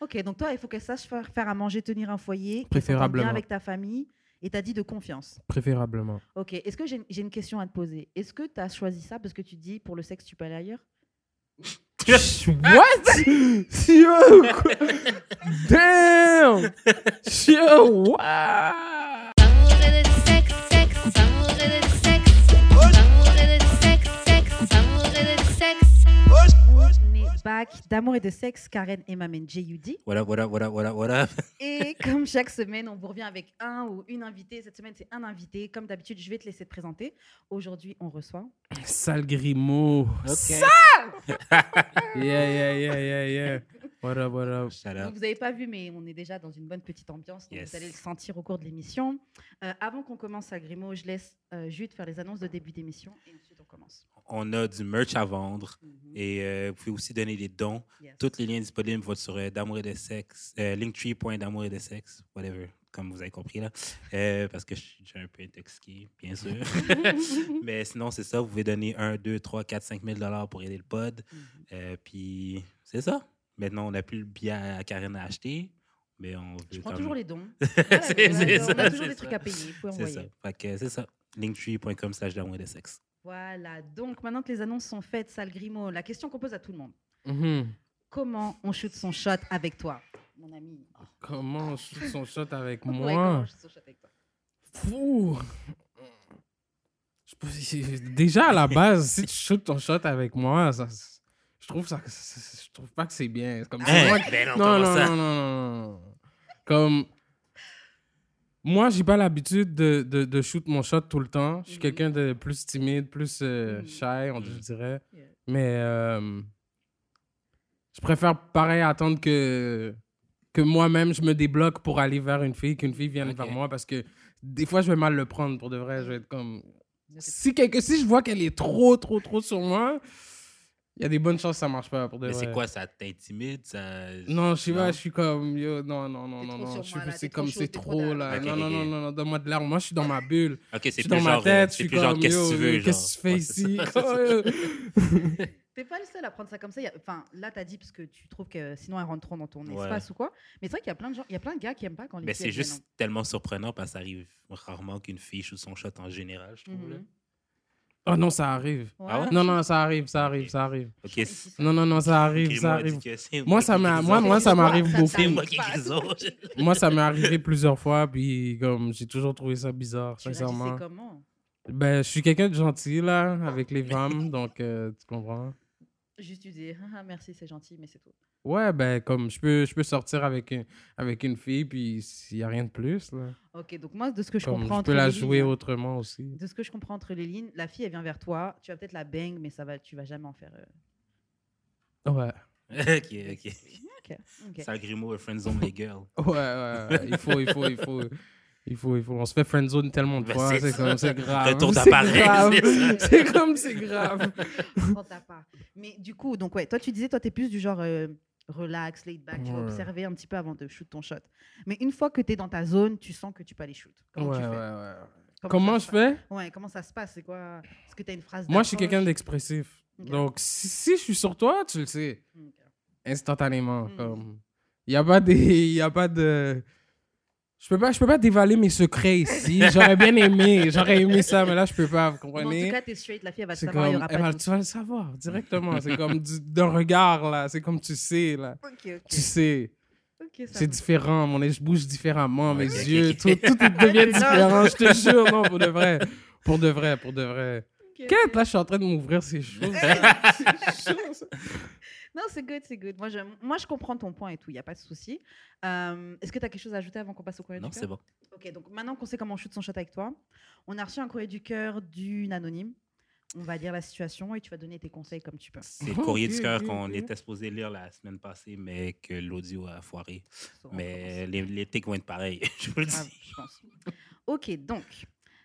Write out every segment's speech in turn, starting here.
Ok, donc toi, il faut qu'elle sache faire, faire à manger, tenir un foyer, qu'elle s'entende Préférablement. bien avec ta famille, et t'as dit de confiance. Préférablement. Ok, est-ce que j'ai une- j'ai une question à te poser Est-ce que t'as choisi ça parce que tu dis pour le sexe, tu peux aller ailleurs What? Yo, quoi? Damn! Yo, what? On est back d'amour et de sexe, Karen et Mamen J.U.D. Voilà, voilà, voilà, voilà, voilà. Et comme chaque semaine, on vous revient avec un ou une invitée. Cette semaine, c'est un invité. Comme d'habitude, je vais te laisser te présenter. Aujourd'hui, on reçoit. Sale Grimaud. Ok. Yeah, yeah, yeah, yeah, yeah. What up, what up? Shout Donc, out. vous n'avez pas vu, mais on est déjà dans une bonne petite ambiance. donc Hein. Yes. Vous allez le sentir au cours de l'émission. Euh, avant qu'on commence à Grimaud, je laisse euh, Jude faire les annonces de début d'émission. Et ensuite, on commence. On a du merch à vendre Mhm. et euh, vous pouvez aussi donner des dons. Yes. Tous les liens disponibles vont sur euh, d'amour et de sexe, euh, linktree.d'amour et de sexe, whatever, comme vous avez compris là. Euh, parce que je suis déjà un peu intoxiqué, bien sûr. Mais sinon, c'est ça. Vous pouvez donner 1, 2, 3, 4, 5 000 dollars pour aider le pod. Mhm. Euh, Puis c'est ça. Maintenant, on n'a plus le billet à Karen à acheter. Mais on veut Je prends quand toujours même- les dons. C'est- on a- c'est on ça, a toujours c'est des ça. trucs à payer. Vous pouvez C'est ça. envoyer. Fait que c'est ça. Linktree.com slash d'amour et de sexe. Voilà. Donc, maintenant que les annonces sont faites, Sale Grimaud, la question qu'on pose à tout le monde Mhm. comment on shoot son shot avec toi Mon ami. Oh. Comment on shoot son shot avec Ouais, moi? comment je saute avec toi Fou. Je pense- Déjà à la base, si tu shootes ton shot avec moi, ça, je trouve ça, je trouve pas que c'est bien. C'est Comme c'est moi ben non, non, comment non, ça? non, non, non, non. Comme. Moi, j'ai pas l'habitude de, de, de shoot mon shot tout le temps. Je suis Mhm. quelqu'un de plus timide, plus euh, Mhm. shy, on, Mhm. je dirais. Yeah. Mais euh, je préfère pareil attendre que, que moi-même je me débloque pour aller vers une fille, qu'une fille vienne Ok. vers moi parce que des fois je vais mal le prendre pour de vrai. Je vais être comme. Ne fais- Si, quelque, si je vois qu'elle est trop, trop, trop sur moi, il y a des bonnes chances que ça marche pas pour de Mais vrai. c'est quoi, ça t'intimide? Ça... Ben Non, je sais Non. pas, je suis comme, yo, non, non, non, T'es non, trop non, sur je moi, suis- là, c'est t'es trop comme, chaud, c'est t'es trop trop, down. là, Ok, non, ok, non, non, ok. non, non, donne-moi de l'air, moi, je suis dans ma bulle, Ok, c'est je suis plus dans ma genre, tête, euh, je c'est suis plus genre, comme, qu'est-ce que yo, tu veux? yo, qu'est-ce que tu genre. fais Ouais, c'est ici, ça. T'es pas le seul à prendre ça comme ça. Y a- Enfin, là, t'as dit parce que tu trouves que sinon elle rentre trop dans ton Ouais. espace ou quoi. Mais c'est vrai qu'il y a plein de gens, il y a plein de gars qui aiment pas quand les Mais filles, Ben, c'est elles viennent, juste tellement surprenant parce que ça arrive rarement qu'une fille shoot son shot en général, je hein. trouve. là. Mhm. Oh non, ça arrive. Ouais. Ah ouais Non, non, ça arrive, ça arrive, ça arrive. Ok, Ils c'est- sont- Non, non, non, ça arrive, Grimaud ça a dit arrive. que c'est Moi, ça qui m'a- les moi, a- moi, ça m'arrive Ça beaucoup. C'est moi qui t'arrive les pas. a- Moi, ça m'est arrivé plusieurs fois, puis comme, j'ai toujours trouvé ça bizarre, Tu l'as dit, c'est sincèrement. comment Ben, je suis quelqu'un de gentil, là, avec les femmes, donc, euh, tu comprends? Juste tu dis, Ah, ah, merci, c'est gentil, mais c'est tout. Ouais, ben, comme, je peux, je peux sortir avec, un- avec une fille, puis s'il n'y a rien de plus, là. Ok, donc moi, de ce que je Comme, comprends, je peux entre la les lignes- jouer autrement aussi. de ce que je comprends entre les lignes, la fille elle vient vers toi, tu vas peut-être la bang, mais ça va, tu vas jamais en faire. euh, Ouais. Ok, ok. Ok, ok. Ça, Grimaud, friendzone les girls. Ouais, ouais, ouais. il faut, il faut, il faut. Il faut, il faut. On se fait friendzone tellement de Ben, fois, c'est c'est ça. comme, c'est grave. Retourne c'est ta pareille, grave. c'est C'est comme, c'est grave. Prends ta part. Mais du coup, donc ouais, toi tu disais, toi t'es plus du genre euh, relax, laid back, tu vas Ouais. observer un petit peu avant de shoot ton shot. Mais une fois que t'es dans ta zone, tu sens que tu peux aller shoot. Ouais, Comment ouais, tu fais Comment ça se ouais. Comment je fais passe Ouais, comment ça se passe C'est quoi Est-ce que t'as une phrase Moi, je suis d'approche quelqu'un d'expressif. Ok. Donc, si, si je suis sur toi, tu le sais, Ok. instantanément. Mm. Comme, il n'y a pas des. Il y a pas de. Je peux pas, je peux pas dévaler mes secrets ici. J'aurais bien aimé, j'aurais aimé ça, mais là, je peux pas, Mais vous En tout comprenez? cas, t'es straight, la fille elle va te C'est savoir, il y comme, aura elle pas va- de. Hmm. tu vas le savoir directement. C'est comme du- d'un regard, là. C'est comme tu sais, là. Ok, ok. Tu sais. Ok, ça C'est va. différent, mon je bouge différemment, mes Ouais, ok, yeux, ok. tout, tout, tout devient Non. différent, je te jure, non, pour de vrai. Pour de vrai, pour de vrai. Ok, Eh, ok. Quête, là, je suis en train de m'ouvrir ces choses. Non, c'est good, c'est good. Moi je, moi, je comprends ton point et tout, il n'y a pas de souci. Euh, Est-ce que tu as quelque chose à ajouter avant qu'on passe au courrier Non, du c'est cœur bon. Ok, donc maintenant qu'on sait comment on shoot son shot avec toi, on a reçu un courrier du cœur d'une anonyme. On va dire la situation et tu vas donner tes conseils comme tu peux. C'est le courrier Ok, du cœur ok, qu'on ok. était supposé lire la semaine passée, mais que l'audio a foiré. So, on Mais commence. les, les tics vont être pareils, je vous le Grave, dis. Ah, je pense. Ok, donc,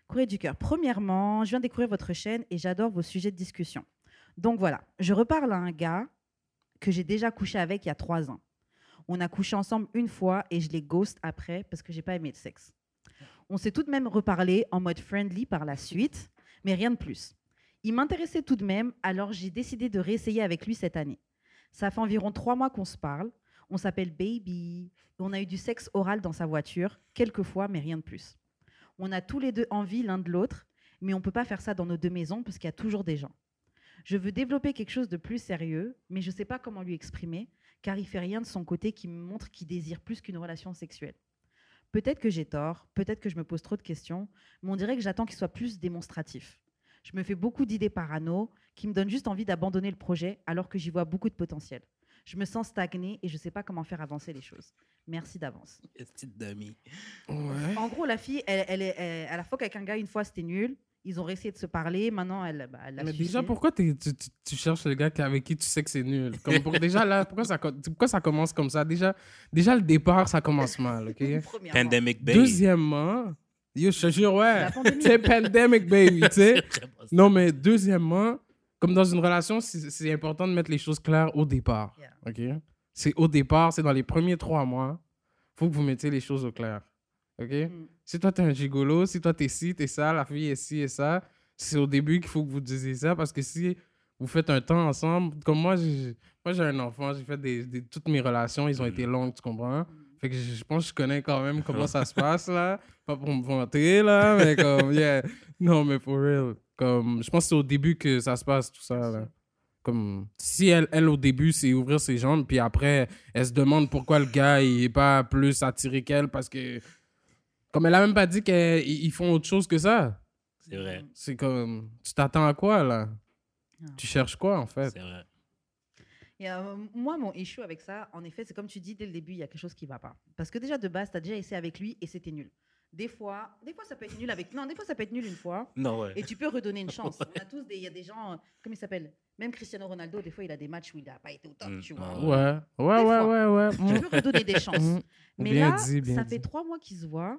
courrier du cœur. Premièrement, je viens de découvrir votre chaîne et j'adore vos sujets de discussion. Donc voilà, je reparle à un gars que j'ai déjà couché avec il y a trois ans. On a couché ensemble une fois et je l'ai ghost après parce que j'ai pas aimé le sexe. On s'est tout de même reparlé en mode friendly par la suite, mais rien de plus. Il m'intéressait tout de même, alors j'ai décidé de réessayer avec lui cette année. Ça fait environ trois mois qu'on se parle. On s'appelle baby. On a eu du sexe oral dans sa voiture, quelques fois, mais rien de plus. On a tous les deux envie l'un de l'autre, mais on ne peut pas faire ça dans nos deux maisons parce qu'il y a toujours des gens. Je veux développer quelque chose de plus sérieux, mais je ne sais pas comment lui exprimer, car il fait rien de son côté qui me montre qu'il désire plus qu'une relation sexuelle. Peut-être que j'ai tort, peut-être que je me pose trop de questions, mais on dirait que j'attends qu'il soit plus démonstratif. Je me fais beaucoup d'idées parano qui me donnent juste envie d'abandonner le projet alors que j'y vois beaucoup de potentiel. Je me sens stagnée et je ne sais pas comment faire avancer les choses. Merci d'avance. Petite demi. Ouais. En gros, la fille, elle, elle est elle- elle a fuck avec un gars une fois, c'était nul. Ils ont réessayé de se parler. Maintenant, elle, bah, elle l'a Mais suivi. déjà, pourquoi t'es- tu, tu- tu cherches le gars qui- avec qui tu sais que c'est nul? Comme pour, déjà, là, pourquoi ça, co- pourquoi ça commence comme ça? Déjà, déjà, le départ, ça commence mal, OK? Premièrement. Pandemic Bay. Deuxièmement, yo, je te jure, ouais, Ben. La pandémie. c'est pandemic, baby, tu sais. Vraiment ça. Non, mais deuxièmement, comme dans une relation, c'est c'est important de mettre les choses claires au départ, Yeah. OK? C'est au départ, c'est dans les premiers trois mois, faut que vous mettiez les choses au clair, OK? Mm. Si toi, t'es un gigolo, si toi, t'es ci, t'es ça, la fille est ci et ça, c'est au début qu'il faut que vous disiez ça parce que si vous faites un temps ensemble, comme moi, j'ai moi, j'ai un enfant, j'ai fait des, des- toutes mes relations, ils ont Mhm. été longues, tu comprends? Fait que je, je pense que je connais quand même comment ça se passe, là. Pas pour me vanter, là, mais comme, yeah. Non, mais for real. Comme, je pense que c'est au début que ça se passe, tout ça, là. Comme, si elle, elle au début, c'est ouvrir ses jambes, puis après, elle se demande pourquoi le gars, il est pas plus attiré qu'elle parce que. Comme elle a même pas dit qu'ils font autre chose que ça. C'est vrai. C'est comme, tu t'attends à quoi, là? Ah. Tu cherches quoi, en fait? C'est vrai. Et, euh, moi, mon issue avec ça, en effet, c'est comme tu dis dès le début, il y a quelque chose qui va pas. Parce que déjà de base, tu as déjà essayé avec lui et c'était nul. Des fois, des fois ça peut être nul avec non, des fois ça peut être nul une fois Non, ouais. et tu peux redonner une chance. On a tous des il y a des gens euh, comme il s'appelle, même Cristiano Ronaldo, des fois il a des matchs où il a pas été au top, Mm, tu ah vois. ouais. Ouais, ouais, ouais, fois. ouais, ouais. Tu Mhm. peux redonner des chances. Mhm. Mais Bien là, dit, bien ça dit. fait trois mois qu'ils se voient.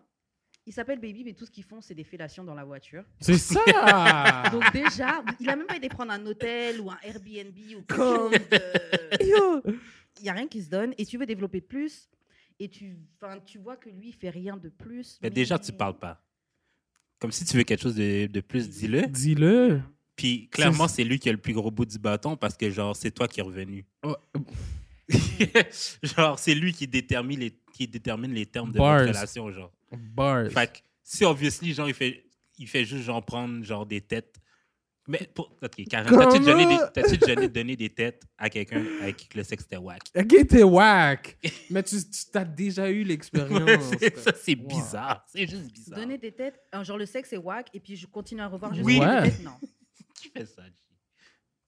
Ils s'appellent Baby, mais tout ce qu'ils font, c'est des fellations dans la voiture. C'est ça! Donc déjà, il a même pas été prendre un hôtel ou un Airbnb ou quelque chose. de- Il y a rien qui se donne et tu veux développer plus et tu, enfin, tu vois que lui il fait rien de plus. Mais déjà, tu parles pas. Comme si tu veux quelque chose de, de plus, dis-le. Dis-le. Puis clairement, c'est lui qui a le plus gros bout du bâton parce que, genre, c'est toi qui es revenu. Oh, genre, c'est lui qui détermine les, qui détermine les termes de Bars. votre relation, genre. Bars. Fait que, si obviously, genre, il fait, il fait juste, genre, prendre, genre, des têtes. Mais, pour, ok, Karen, t'as-tu Comment? déjà donné des- t'as-tu déjà donné des têtes à quelqu'un avec qui le sexe était whack? Ok, t'es whack. Mais tu, tu t'as déjà eu Ouais, l'expérience. c'est- ça, c'est Wow. bizarre. C'est juste bizarre. Donner des têtes, un genre le sexe est whack et puis je continue à revoir juste Oui. les Ouais. têtes. Non, Qui fait ça, G?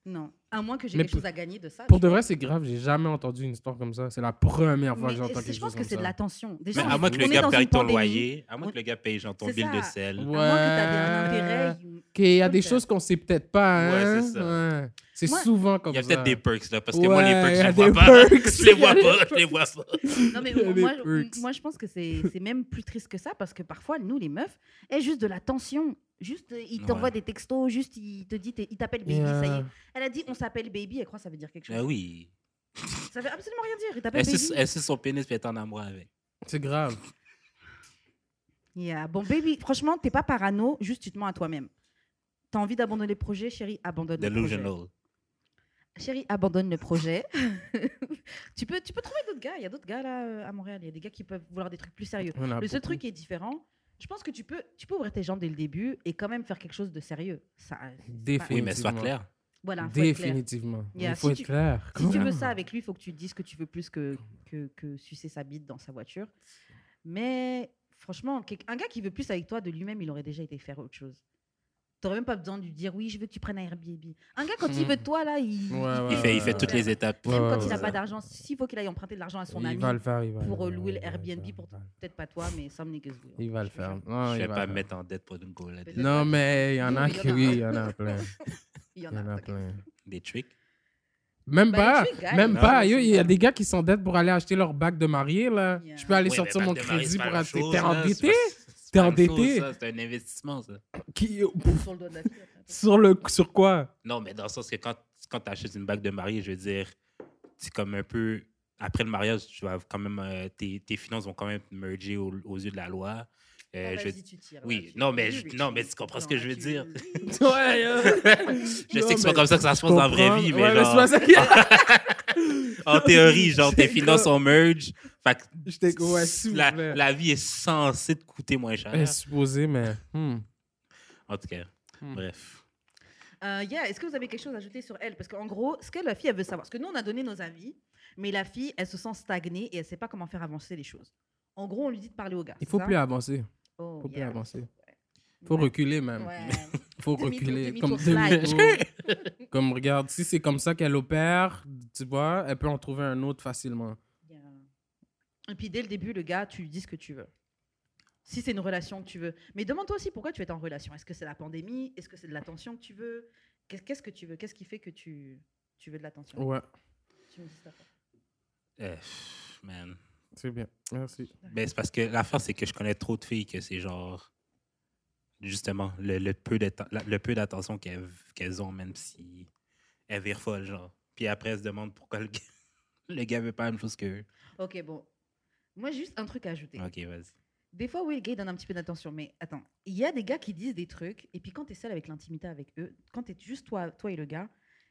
non. À moins que j'ai Mais quelque pour- chose à gagner de ça. Pour je de vrai, c'est grave. J'ai jamais entendu une histoire comme ça. C'est la première fois Mais que j'entends c'est- quelque je chose pense comme que c'est de ça. l'attention. Déjà, Mais on à est- moins que le on est gars dans paye une ton pandémie. loyer, à moins On- que le gars paye genre, ton C'est bill ça. de sel. À moins que t'as des- un intérêt. il- Ok, il y a Faut des le faire. choses qu'on sait peut-être pas. Ouais, Hein? c'est ça. Ouais. C'est Moi- souvent comme Il y ça. a peut-être des perks là, parce que Ouais, moi les il perks, y je a les vois des pas. perks. Je les Il y a vois des pas, je les vois pas. Non, mais Il y a des moi, je- perks. moi, je pense que c'est c'est même plus triste que ça parce que parfois, nous, les meufs, est juste de la tension. Juste, euh, il t'envoie Ouais. des textos, juste, il te dit, t'es- il t'appelle baby, ça y est. Yeah. Elle a dit, on s'appelle baby, elle croit que ça veut dire quelque chose. Ah oui. Ça veut absolument rien dire, il Bah, t'appelle Elle baby. suce elle suce son pénis puis elle est en amour avec. C'est grave. Yeah. Bon, baby, franchement, t'es pas parano, juste tu te mens à toi-même. T'as envie d'abandonner le projet, chérie, abandonne le projet. Delusional. Chérie, abandonne le projet. tu, peux, tu peux trouver d'autres gars, il y a d'autres gars là euh, à Montréal, il y a des gars qui peuvent vouloir des trucs plus sérieux. Il y en a Le seul Ah, beaucoup. truc qui est différent, je pense que tu peux, tu peux ouvrir tes jambes dès le début et quand même faire quelque chose de sérieux. Ça, Oui, mais sois Définitivement. clair. voilà, faut être clair. Définitivement. Yeah, Il faut si être tu- clair. Si tu Comment? veux ça avec lui, il faut que tu dises que tu veux plus que, que, que sucer sa bite dans sa voiture. Mais franchement, quel- un gars qui veut plus avec toi de lui-même, il aurait déjà été faire autre chose. T'aurais même pas besoin de lui dire oui, je veux que tu prennes un Airbnb. Un gars, quand il Mhm. veut de toi, là, il. Ouais, ouais, Il fait, il ouais, fait ouais. toutes les étapes. Même Ouais, quand ouais, il n'a ouais. pas d'argent, s'il faut qu'il aille emprunter de l'argent à son Il ami va le faire. il va- pour euh, il va- louer il le va- il Airbnb, va- pour peut-être pas toi, mais some niggas will. Il va le Je te jure. faire. Je Non, vais il va pas me le faire. mettre en dette pour une goal. là. Peut-être. Non, mais il y en a Oui, il qui, y en a. oui, il y en a plein. Il y en Il y en a t'inquiète. plein. Des tricks. Même Bah, pas, les trucs, même guys. pas. Non, Yo, mais Il c'est y a ça. des gars qui s'endettent pour aller acheter leur bac de marié, là. Yeah. Je peux aller Ouais, sortir mais mon bac de mariage, crédit c'est pour pas la même acheter. chose, T'es là. endetté? C'est pas- c'est pas la T'es même chose, endetté? ça. C'est un investissement, ça. Qui- Sur le doigt de la fille, après. Sur, le... Sur quoi? Non, mais dans le sens que quand, quand tu achètes une bague de mariée, je veux dire, c'est comme un peu. Après le mariage, tu vas quand même. euh, tes, tes finances vont quand même merger au- aux yeux de la loi. Ah, Euh, ben, je- vas-y, tu tires, oui, là, tu- non, mais oui, je- oui, non, mais tu comprends ce que je veux tu- dire. oui. Ouais, je Non, sais que c'est pas mais comme ça que ça se passe dans en vraie vie, mais ouais, genre. c'est pas ça qu'il y a. en théorie, genre, tes finances sont merge. Fait que Je t'ai ouais, s'il vous la, plaît. la vie est censée te coûter moins cher. Euh, Elle est supposée, mais. hmm. En tout cas, Hmm. bref. Euh, yeah, est-ce que vous avez quelque chose à ajouter sur elle Parce qu'en gros, ce que la fille, elle veut savoir, parce que nous, on a donné nos avis, mais la fille, elle se sent stagnée et elle sait pas comment faire avancer les choses. En gros, on lui dit de parler au gars. Il faut c'est ça plus avancer. Oh, faut plus yeah. avancer. Faut Ouais. reculer, même. Ouais. Faut Demi-tour, reculer. demi-tour Comme, slide. demi-tour. comme regarde, si c'est comme ça qu'elle opère, tu vois, elle peut en trouver un autre facilement. Yeah. Et puis dès le début, le gars, tu lui dis ce que tu veux. Si c'est une relation que tu veux. Mais demande-toi aussi pourquoi tu es en relation. Est-ce que c'est la pandémie Est-ce que c'est de l'attention que tu veux Qu'est- Qu'est-ce que tu veux Qu'est-ce qui fait que tu, tu veux de l'attention Ouais, Tu me dis ça après. Euh, pff, man. c'est bien. Merci. Ben, c'est parce que l'affaire, c'est que je connais trop de filles que c'est genre. Justement, le, le peu d'atten- la- le peu d'attention qu'elles qu'elles ont, même si elles virent folles, genre. Puis après, elles se demandent pourquoi le gars, le gars veut pas la même chose qu'eux. Ok, bon. Moi, j'ai juste un truc à ajouter. Ok, vas-y. Des fois, oui, le gars, il donne un petit peu d'attention. Mais attends, il y a des gars qui disent des trucs. Et puis quand tu es seul avec l'intimité avec eux, quand tu es juste toi, toi et le gars,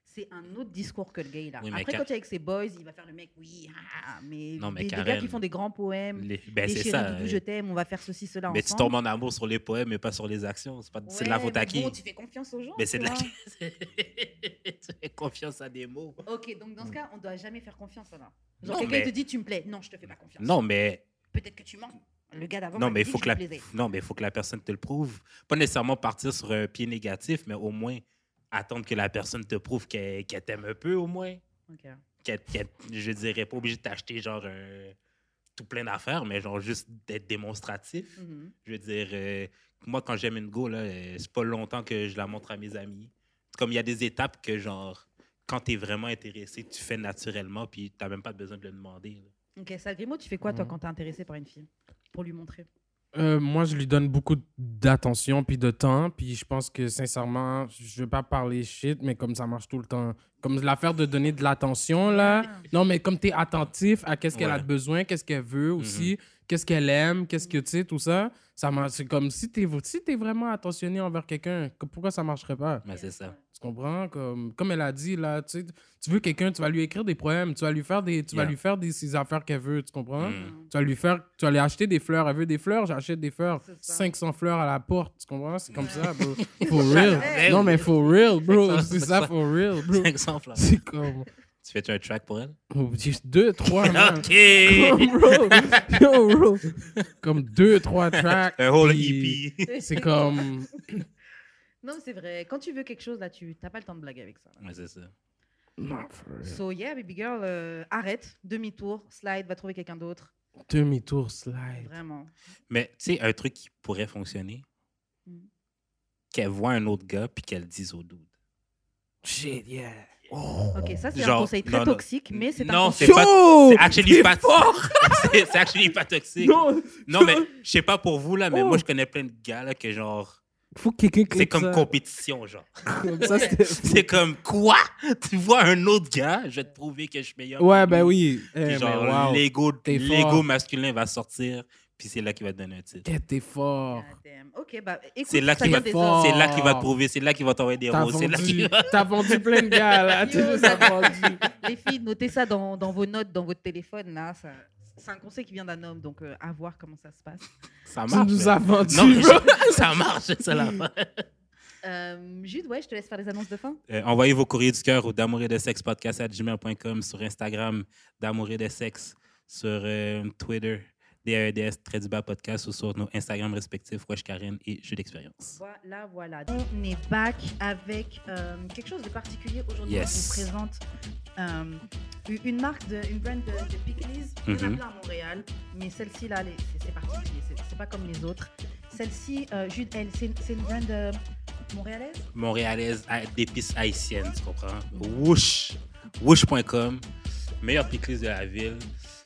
c'est un autre discours que le gars, il a. Oui, mais Après, Car- quand tu es avec ses boys, il va faire le mec, oui, ah, ah, mais, Non, mais des, des gars Karen, qui font des grands poèmes. Les- ben, Des c'est chéris, ça. doudou, euh, je t'aime, on va faire ceci, cela Mais tu ensemble. tombes en amour sur les poèmes, mais pas sur les actions. C'est pas c'est de la Ouais, faute mais à qui. bon, tu fais confiance aux gens. Mais c'est de tu la. vois. tu fais confiance à des mots. Ok, donc dans ce cas, on doit jamais faire confiance là. Genre Non, quelqu'un mais- te dit tu me plais, non, je te fais pas confiance. Non, mais Peut-être que tu mens. Le gars d'avant. Non, m'a mais il dit faut que, je la... lui plaisais. non, mais il faut que la personne te le prouve. Pas nécessairement partir sur un pied négatif, mais au moins attendre que la personne te prouve qu'elle qu'elle t'aime un peu, au moins. Ok. Qu'elle- qu'elle- je dirais pas obligé de t'acheter genre un- tout plein d'affaires, mais genre juste d'être démonstratif. Mhm. Je veux dire, euh, moi, quand j'aime une go, là, euh, c'est pas longtemps que je la montre à mes amis. Comme il y a des étapes que, genre, quand t'es vraiment intéressé, tu fais naturellement, puis t'as même pas besoin de le demander. là. Ok, Salgrimo, tu fais quoi toi Mhm. quand t'es intéressé par une fille Pour lui montrer. Euh, moi, je lui donne beaucoup d'attention puis de temps. Puis je pense que, sincèrement, je veux pas parler shit, mais comme ça marche tout le temps. Comme l'affaire de donner de l'attention, là. Non, mais comme tu es attentif à qu'est-ce qu'elle a Ouais. Mm-hmm. de besoin, qu'est-ce qu'elle veut aussi, qu'est-ce qu'elle aime, qu'est-ce que tu sais, tout ça, ça marche. C'est comme si tu es, vraiment attentionné envers quelqu'un, que- pourquoi ça marcherait pas? Mais Ah, c'est ça. Tu comprends? Comme, comme elle a dit, là, tu, sais, tu veux quelqu'un, tu vas lui écrire des poèmes, tu vas lui faire des, tu vas Yeah. lui faire des, ses affaires qu'elle veut, tu comprends? Mm. Mhm. Tu vas lui faire, tu vas lui acheter des fleurs, elle veut des fleurs, j'achète des fleurs, C'est ça. 500 fleurs à la porte, tu comprends? C'est comme Ouais. ça, bro. For real. Hey. Non, mais for real, bro. 500, C'est ça, for real, bro. 500 fleurs. C'est comme. Tu fais-tu un track pour elle? Oh, juste deux, trois, man. OK! Comme, bro. Yo, bro. Comme deux, trois tracks. Un whole puis EP. C'est comme. Non, mais c'est vrai. Quand tu veux quelque chose là, tu t'as pas le temps de blaguer avec ça. là. Ouais, c'est ça. Non, for real. So yeah, baby girl, euh, arrête, demi-tour, slide, va trouver quelqu'un d'autre. Demi-tour slide. Vraiment. Mais tu sais, un truc qui pourrait fonctionner, Mm. qu'elle voit un autre gars puis qu'elle dise au dude. Shit, yeah. Ok, ça c'est un Genre, conseil très non, non. toxique, mais c'est un Non, conseil- c'est pas. Yo! C'est actually T'es pas Oh, fort! C'est c'est actually pas toxique. Non, Non, mais je sais pas pour vous là, mais Oh. moi je connais plein de gars là que genre faut que quelqu'un c'est clique comme ça. compétition genre. Comme ça, c'était- C'est comme quoi Tu vois un autre gars, je vais te prouver que je suis meilleur. Ouais, que ben lui. oui. Eh, Puis mais genre wow. l'ego T'es l'ego fort. masculin va sortir puis c'est là qu'il va te donner un titre. Qu'est-ce que T'es fort. God damn. Ok, bah écoute, C'est là ça qu'il vient va- des fort. hommes. C'est là qu'il va te prouver, c'est là qu'il va t'envoyer des T'as roses, c'est là qu'il vendu, va t'as vendu plein de gars, là. Yo, Tu nous ça- as vendu. Les filles, notez ça dans, dans vos notes, dans votre téléphone. là. ça- C'est un conseil qui vient d'un homme, donc euh, à voir comment ça se passe. ça Tu marche. nous mais- as vendu, Non, mais bro. ça marche, c'est la fin. Euh, Jude, ouais, je te laisse faire les annonces de fin. Euh, envoyez vos courriers du cœur au d'amour et de sexe podcast à gmail.com sur Instagram, d'amour et de sexe sur euh, Twitter, E DAEDS, très du bas podcast ou sur nos Instagram respectifs, Wesh Karen et Jeux d'expérience. Voilà, voilà. On est back avec euh, quelque chose de particulier aujourd'hui. Yes. On vous présente euh, u- une marque, de, une brand de, de pickles. Il y en a Mhm. plein à Montréal, mais celle-ci là, elle est- c'est c'est particulier. C'est- C'est pas comme les autres. Celle-ci, euh, Jude, elle, c'est c'est une brand euh, montréalaise. Montréalaise à- d'épices haïtiennes, tu comprends? Woosh! Woosh.com, meilleur pickles de la ville.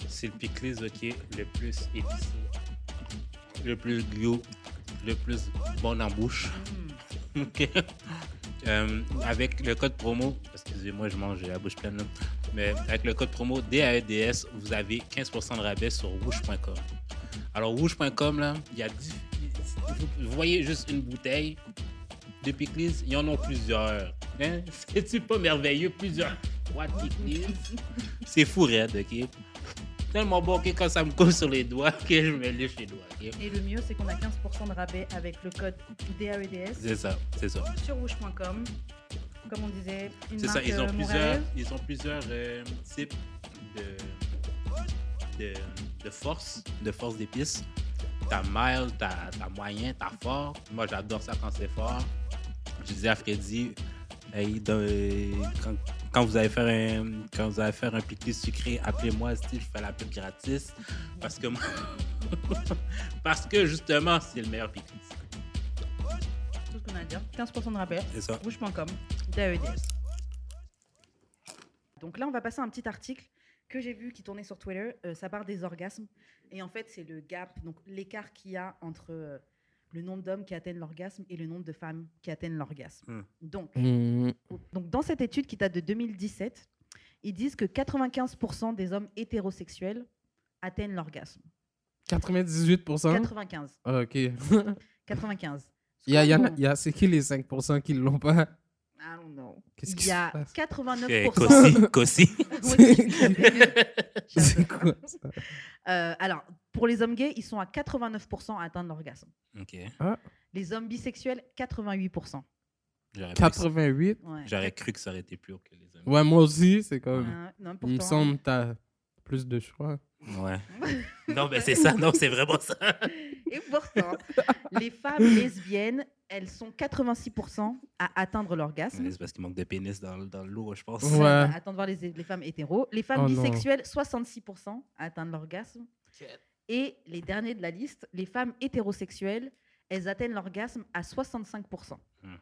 C'est le pickles qui est le plus épicé, le plus glue, le plus bon en bouche. Ok. Euh, avec le code promo, excusez-moi, je mange j'ai la bouche pleine, là. mais avec le code promo DAEDS, vous avez 15% de rabais sur woosh.com. Alors, woosh.com, là, il y a. dix- Vous vous voyez juste une bouteille de pickles, ils en ont plusieurs. Hein? C'est-tu pas merveilleux? Plusieurs What kick this? C'est fou, raide, ok? Tellement bon que quand ça me coupe sur les doigts, que je me lèche les doigts, ok? Et le mieux, c'est qu'on a 15% de rabais avec le code DAEDS C'est ça, c'est ça. sur rouge.com. Comme on disait, une C'est ça, marque, ils ont euh, plusieurs, montréalaise. ils ont plusieurs euh, types de, de, de force, de force d'épices. T'as mild, t'as t'as moyen, t'as fort. Moi, j'adore ça quand c'est fort. Je disais à Freddy, hey, dans- euh, quand, quand vous allez faire un, quand vous allez faire un piqué sucré, appelez-moi, si je fais la pub gratis. Parce que moi- parce que justement, c'est le meilleur piqué. Tout ce qu'on a à dire. 15% de rabais. C'est ça. Rouge.com, DAEDS. Donc là, on va passer à un petit article que j'ai vu qui tournait sur Twitter. euh, ça part des orgasmes. Et en fait, c'est le gap, donc l'écart qu'il y a entre euh, le nombre d'hommes qui atteignent l'orgasme et le nombre de femmes qui atteignent l'orgasme. Hmm. Donc, Mm. donc, dans cette étude qui date de 2017, ils disent que 95% des hommes hétérosexuels atteignent l'orgasme. 98%? 95. Ah, ok. Il 95. y a, il y en a- il y a- c'est qui les 5% qui l'ont pas? I don't know. Qu'est-ce Il qui y a se passe? 89%. Cossi, Cossi. C'est quoi ça? Euh, alors, pour les hommes gays, ils sont à 89% à atteindre l'orgasme. Ok. Les hommes bisexuels, 88%. J'aurais pas eu ça. 88? Ouais. J'aurais cru que ça aurait été plus haut que les hommes. Ouais, moi aussi, c'est comme... Euh, non, Il me pourtant. semble que t'as plus de choix. Ouais. non, mais c'est ça, non, c'est vraiment ça. Et pourtant, les femmes lesbiennes, elles sont 86% à atteindre l'orgasme. C'est parce qu'il manque de pénis dans, le- dans l'eau, je pense. Ça, Ouais. bah, Attendre voir les, les femmes hétéros. Les femmes Oh non. bisexuelles, 66% à atteindre l'orgasme. Et les derniers de la liste, les femmes hétérosexuelles, elles atteignent l'orgasme à 65%. Hmm.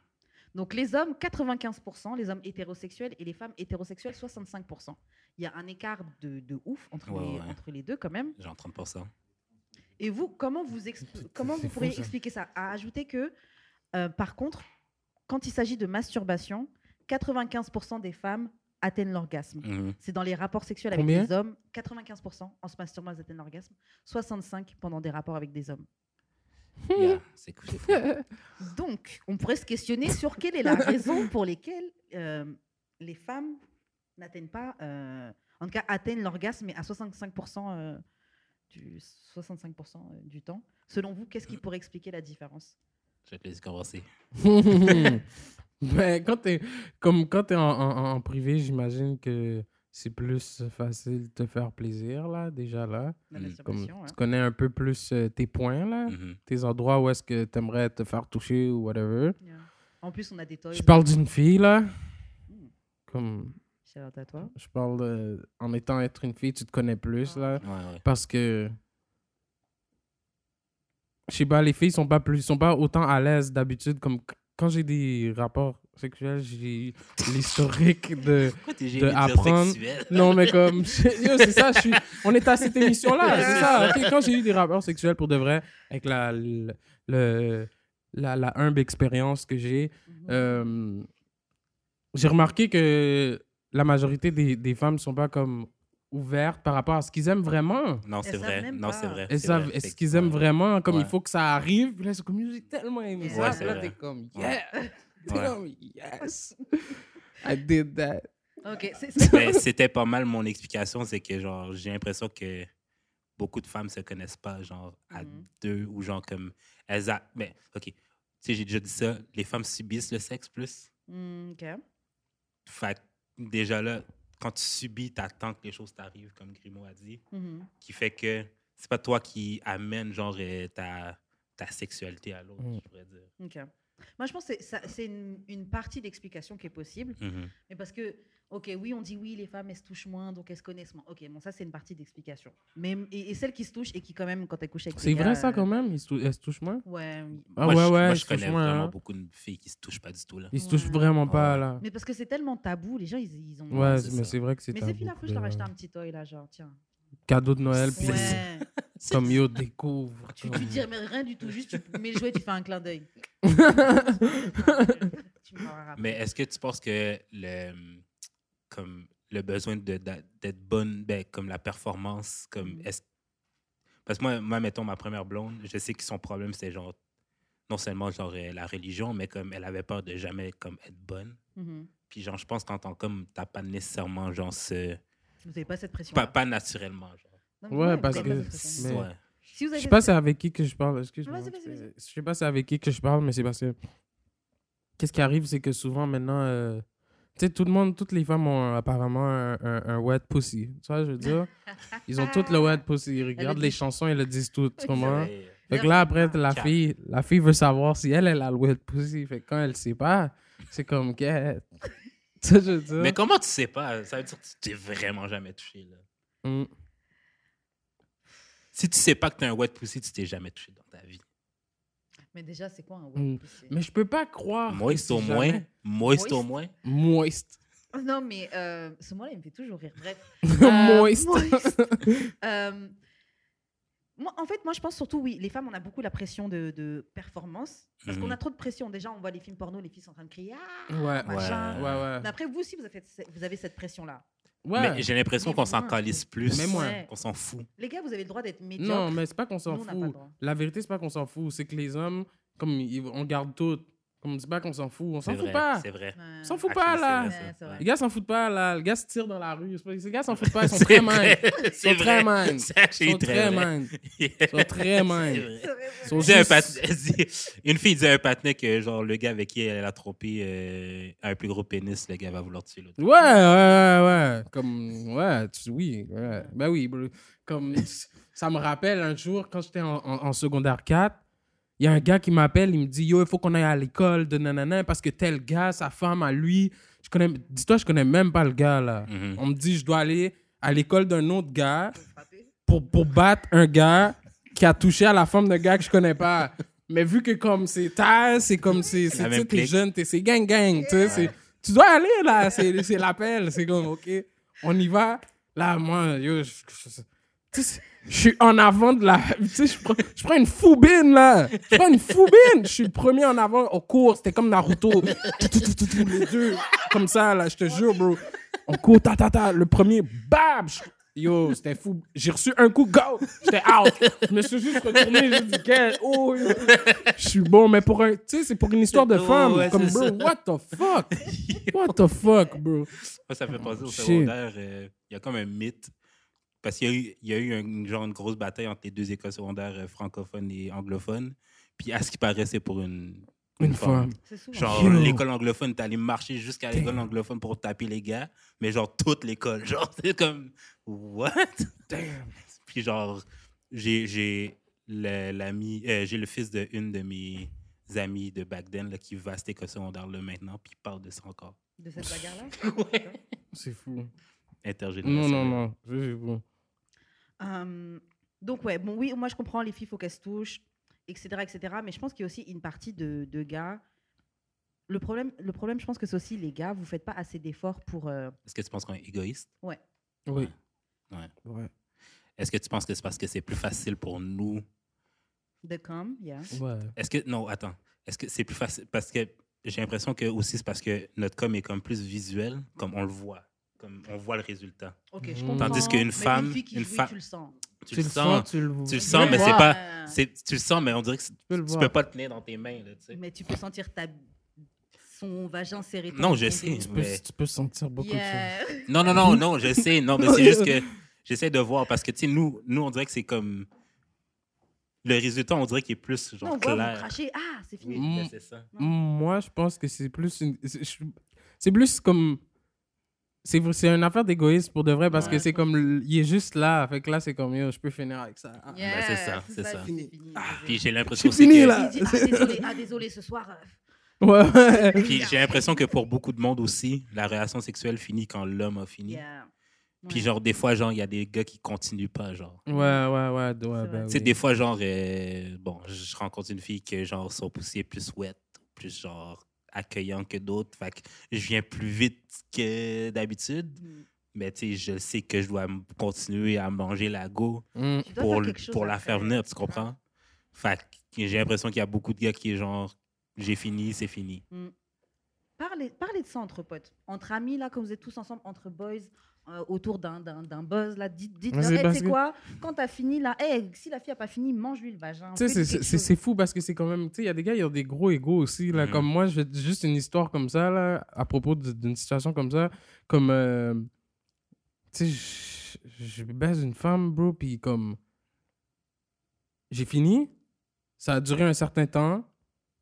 Donc les hommes, 95%, les hommes hétérosexuels et les femmes hétérosexuelles, 65%. Il y a un écart de, de ouf entre, Ouais, les, ouais. entre les deux quand même. Genre 30%. Et vous, comment vous, exp- Putain, comment c'est vous fou, pourriez ça. expliquer ça À ajouter que, euh, par contre, quand il s'agit de masturbation, 95% des femmes atteignent l'orgasme. Mhm. C'est dans les rapports sexuels avec Combien des hommes, 95% en se masturbant, elles atteignent l'orgasme, 65% pendant des rapports avec des hommes. Yeah, c'est cool. c'est cool. Donc, on pourrait se questionner sur quelle est la raison pour laquelle euh, les femmes n'atteignent pas, euh, en tout cas atteignent l'orgasme, mais à 65%, euh, du, 65 euh, du temps. Selon vous, qu'est-ce qui pourrait expliquer la différence Je vais te laisser commencer. Mais Ben, quand t'es comme quand t'es en, en- en privé, j'imagine que c'est plus facile de te faire plaisir là, déjà là. La Hmm, Mmh, Comme masturbation, tu hein. connais un peu plus euh, tes points là, Mhm. tes endroits où est-ce que t'aimerais te faire toucher ou whatever. Yeah. En plus, on a des toys. Je parle d'une fille là, Hmm. comme Shout out à toi. je parle de- en étant être une fille, tu te connais plus là, Ouais, ouais. parce que je sais pas, les filles sont pas plus, sont pas autant à l'aise d'habitude comme qu- quand j'ai des rapports sexuels, j'ai l'historique de Pourquoi t'es De gêné de dire apprendre. sexuel? Non, mais comme. Yo, c'est ça, je suis... on est à cette émission-là, c'est ça. ok? Quand j'ai eu des rapports sexuels pour de vrai, avec la, le- le- la, la humble expérience que j'ai, Mhm. euh, j'ai remarqué que la majorité des, des femmes sont pas comme ouvertes par rapport à ce qu'ils aiment vraiment. Non, Elles c'est savent vrai. même Non, pas. c'est vrai. Elles c'est savent vrai, est-ce qu'ils aiment vraiment, comme Ouais. il faut que ça arrive. Puis là, c'est comme, j'ai tellement aimé Ouais, ça. c'est Puis là, vrai. t'es comme, Ouais. yeah! T'es Ouais. comme, yes! I did that. Ok, c'est- c'est- Mais Ben, c'était pas mal mon explication, c'est que genre j'ai l'impression que beaucoup de femmes se connaissent pas genre à Mm. Mhm. deux ou genre comme elles a mais OK. Tu sais j'ai déjà dit ça, les femmes subissent le sexe plus. Hmm, ok. Fait que déjà là quand tu subis, t'attends que les choses t'arrivent comme Grimaud a dit, Mhm. qui fait que c'est pas toi qui amène genre euh, ta ta sexualité à l'autre, Mm. je pourrais dire. Ok. Moi, je pense que c'est ça- c'est une, une partie d'explication qui est possible. Mhm. Mais parce que, ok, oui, on dit oui, les femmes, elles se touchent moins, donc elles se connaissent moins. Ok, bon, ça, c'est une partie d'explication. Mais et, et celles qui se touchent et qui, quand même, quand elles couchent avec des C'est vrai, gars, ça, quand euh, même? Ils se tou- elles se touchent moins? Ouais. Ah moi, ouais, je, ouais, moi, je touche connais moins, vraiment hein. beaucoup de filles qui se touchent pas du tout là. Ils se touchent Ouais. vraiment pas, Ouais. là. Mais parce que c'est tellement tabou, les gens, ils, ils ont. Ouais, c'est mais ça. c'est vrai que c'est Mais c'est tabou fini, pour je les- leur ai acheté un petit toy, là, genre, tiens. Cadeau de Noël, C'est- puis Ouais. comme yo, découvre. tu, comme- tu dis mais rien du tout, juste tu mets le jouet, tu fais un clin d'œil. Tu me parleras après. Mais est-ce que tu penses que le, comme le besoin de- d'a- d'être bonne, ben, comme la performance, comme Mm. Mhm. est-ce- parce que moi, moi, mettons ma première blonde, je sais que son problème c'est genre non seulement genre euh, la religion, mais comme elle avait peur de jamais comme être bonne, Mhm. Puis genre, je pense qu'en tant qu'homme, t'as pas nécessairement genre ce... Vous n'avez pas cette pression. Pas, pas naturellement. genre. Ouais, parce que- Mais- Ouais. Si vous Je avez sais pas c'est avec qui que je parle. Excuse-moi. Vas-y, vas-y, vas-y. Je sais pas c'est avec qui que je parle, mais c'est parce que. Qu'est-ce qui arrive, c'est que souvent maintenant. euh, Tu sais, tout le monde, toutes les femmes ont euh, apparemment un, un- un wet pussy. Tu vois, je veux dire. Ils ont toutes le wet pussy. Ils regardent le les dit. chansons, ils le disent toutes. tu comprends? Ouais. hein? Fait que là, après, la Ciao. fille, la fille veut savoir si elle, elle a le wet pussy. Fait que quand elle sait pas, c'est comme. qu'elle- Tu sais, je veux dire. Mais comment tu sais pas? Ça veut dire que tu t'es vraiment jamais touché. Là. Mm. Si tu sais pas que t'es un wet pussy, tu t'es jamais touché dans ta vie. Mais déjà, c'est quoi un Mm. wet pussy Mais je peux pas croire. que Moist Ah, si au jamais- moins. Moist au Moist. moins. Moist. Non, mais euh, ce mot-là, il me fait toujours rire. Bref. Euh, Moist. moist. Euh, moi, en fait, moi, je pense surtout, oui, les femmes, on a beaucoup la pression de, de performance. Parce qu'on Mhm. a trop de pression. Déjà, on voit les films porno, les filles sont en train de crier. Ah Ouais. Ouais. machin. Ouais, ouais. Mais Après, vous aussi, vous avez, cette- vous avez cette pression-là. Ouais. Mais j'ai l'impression Mais qu'on s'en moins. calisse plus. Mais moins. Ouais. Qu'on s'en fout. Les gars, vous avez le droit d'être médiocre. Non, mais c'est pas qu'on s'en Nous, on n'a pas le fout. droit. La vérité, c'est pas qu'on s'en fout. C'est que les hommes, comme ils- on garde tout, comme c'est pas qu'on s'en fout. On C'est s'en fout vrai. pas. C'est vrai. Ouais. On s'en fout Actually, pas, c'est là. vrai, ça. Ouais, c'est vrai. Les gars s'en foutent pas, là. Les gars se tirent dans la rue. C'est pas- Les gars s'en foutent pas. Ils sont C'est très vrai, minds. C'est sont vrai. très minds. C'est Ils actually sont très vrai. minds. Ils sont très minds. Ils sont Disait un juste- patin- dis- Une fille disait à un patinet que genre le gars avec qui elle a trompé euh, a un plus gros pénis, le gars va vouloir tuer l'autre. Ouais, ouais, ouais, ouais. Comme, ouais, tu- oui, ouais. Ben oui, bro. comme, ça me rappelle un jour, quand j'étais en, en- en secondaire 4, il y a un gars qui m'appelle, il me dit, yo, il faut qu'on aille à l'école de nanana, parce que tel gars, sa femme, à lui, je connais, dis-toi, je connais même pas le gars, là. Mhm. On me dit, je dois aller à l'école d'un autre gars Frappé. pour, pour battre un gars qui a touché à la femme d'un gars que je connais pas. Mais vu que comme c'est tard, c'est comme c'est, c'est La tu même sais, t'es clique. jeune, t'es c'est gang gang, tu sais, c'est- tu dois aller là, c'est, c'est l'appel, c'est comme ok, on y va. Là moi, yo, je, je- tu sais, je suis en avant de la, tu sais, je prends, je prends une foubine là, je prends une foubine, je suis le premier en avant au cours, c'était comme Naruto, Tout, tout, tout, tout, tout, les deux comme ça là, je te jure bro, on court ta ta ta, le premier, bam, je- Yo, c'était fou. J'ai reçu un coup, go! J'étais out. Je me suis juste retourné, j'ai dit, quel? Oh, yo. je suis bon, mais pour un. Tu sais, c'est pour une histoire de Oh, femme. ouais, comme, c'est bro, ça. what the fuck? What the fuck, bro? Moi, ça fait penser au Oh, shit. secondaire. euh, Il y a comme un mythe. Parce qu'il y a eu, il y a eu un- une, genre, une grosse bataille entre les deux écoles secondaires euh, francophones et anglophones. Puis à ce qui paraît, c'est pour une. Une femme. C'est souvent. Genre, Yo. l'école anglophone, t'allais marcher jusqu'à l'école anglophone pour taper les gars, mais genre toute l'école. Genre, c'est comme, what? Puis genre, j'ai, j'ai le- l'ami, euh, j'ai le fils de une de mes amies de back then là, qui va à cette école secondaire là maintenant, puis il parle de ça encore. De cette bagarre-là C'est fou. Non, non, Intergénérationnel. non. C'est fou. Euh, donc, ouais, bon, oui, moi, je comprends, les filles, faut qu'elles se touchent, etc., etc. Mais je pense qu'il y a aussi une partie de, de gars. Le problème, le problème, je pense que c'est aussi les gars, vous faites pas assez d'efforts pour. euh, Est-ce que tu penses qu'on est égoïste? Oui. Ouais. Ouais. Est-ce que tu penses que c'est parce que c'est plus facile pour nous? de com, yeah. Ouais. Est-ce que, non, attends. Est-ce que c'est plus facile? Parce que j'ai l'impression que aussi c'est parce que notre com est comme plus visuel, comme on le voit. Comme on voit le résultat. Ok, je je comprends. comprends. Tandis Hmm. qu'une femme- Une fille qui une jouit, femme- tu le sens. Tu, le sens. tu le vois. tu le Tu sens, le mais c'est vois. pas. Euh, c'est- Tu le sens, mais on dirait que c'est- peux le tu voir. peux pas le tenir dans tes mains. Là, tu sais. Mais tu peux sentir ta... son vagin serré. Non, je ton- sais. Tu peux, mais- tu peux sentir beaucoup Yeah. Non, non, non, non, je sais. Non, mais c'est juste que j'essaie de voir parce que, tu sais, nous, nous, on dirait que c'est comme. Le résultat, on dirait qu'il est plus genre Non, on voit, vous clair. crachez. Ah, c'est Oui, fini. Mm. mais c'est ça. de ça. Moi, je pense que c'est plus une. c'est- je- C'est plus comme. C'est c'est une affaire d'égoïsme pour de vrai parce Ouais. que c'est comme. l- Il est juste là. Fait que là, c'est comme. Yo, je peux finir avec ça. Ah. Yeah, ben, c'est ça, c'est ça. Ah, c'est fini. Puis j'ai l'impression C'est aussi fini, que- là. Il dit, ah, désolé, ah, désolé, ce soir. euh, Ouais, ouais. Puis j'ai l'impression que pour beaucoup de monde aussi, la relation sexuelle finit quand l'homme a fini. yeah. Puis Ouais. genre, des fois, genre, il y a des gars qui continuent pas, genre. Ouais, ouais, ouais. ouais vrai. ben Tu sais, oui. des fois, genre, euh, bon, je je rencontre une fille que, genre, son poussée est plus wet, plus, genre, accueillant que d'autres. Fait que je viens plus vite que d'habitude. Mm. Mais tu sais, je sais que je dois m- continuer à manger la go Mm. Tu dois pour, faire l- quelque chose pour la après, Hein? faire venir, tu vois. comprends? Fait que j'ai l'impression qu'il y a beaucoup de gars qui est genre, j'ai fini, c'est fini. Parlez, parlez de ça entre potes. Entre amis, là, comme vous êtes tous ensemble, entre boys, euh, autour d'un- d'un d'un buzz, là, dites, dites Vas-y, leur, Hey, tu sais basket. quoi, quand t'as fini, là, hey, si la fille a pas fini, mange-lui le vagin. Tu sais, fais-lui c'est- c'est quelque c'est- chose. c'est fou parce que c'est quand même. Tu sais, il y a des gars, ils ont des gros égaux aussi. Là, Mhm. Comme moi, je vais te- juste une histoire comme ça, là, à propos d- d'une situation comme ça. Comme. euh, tu sais, je- je baise une femme, bro, puis comme. J'ai fini. Ça a duré un certain temps.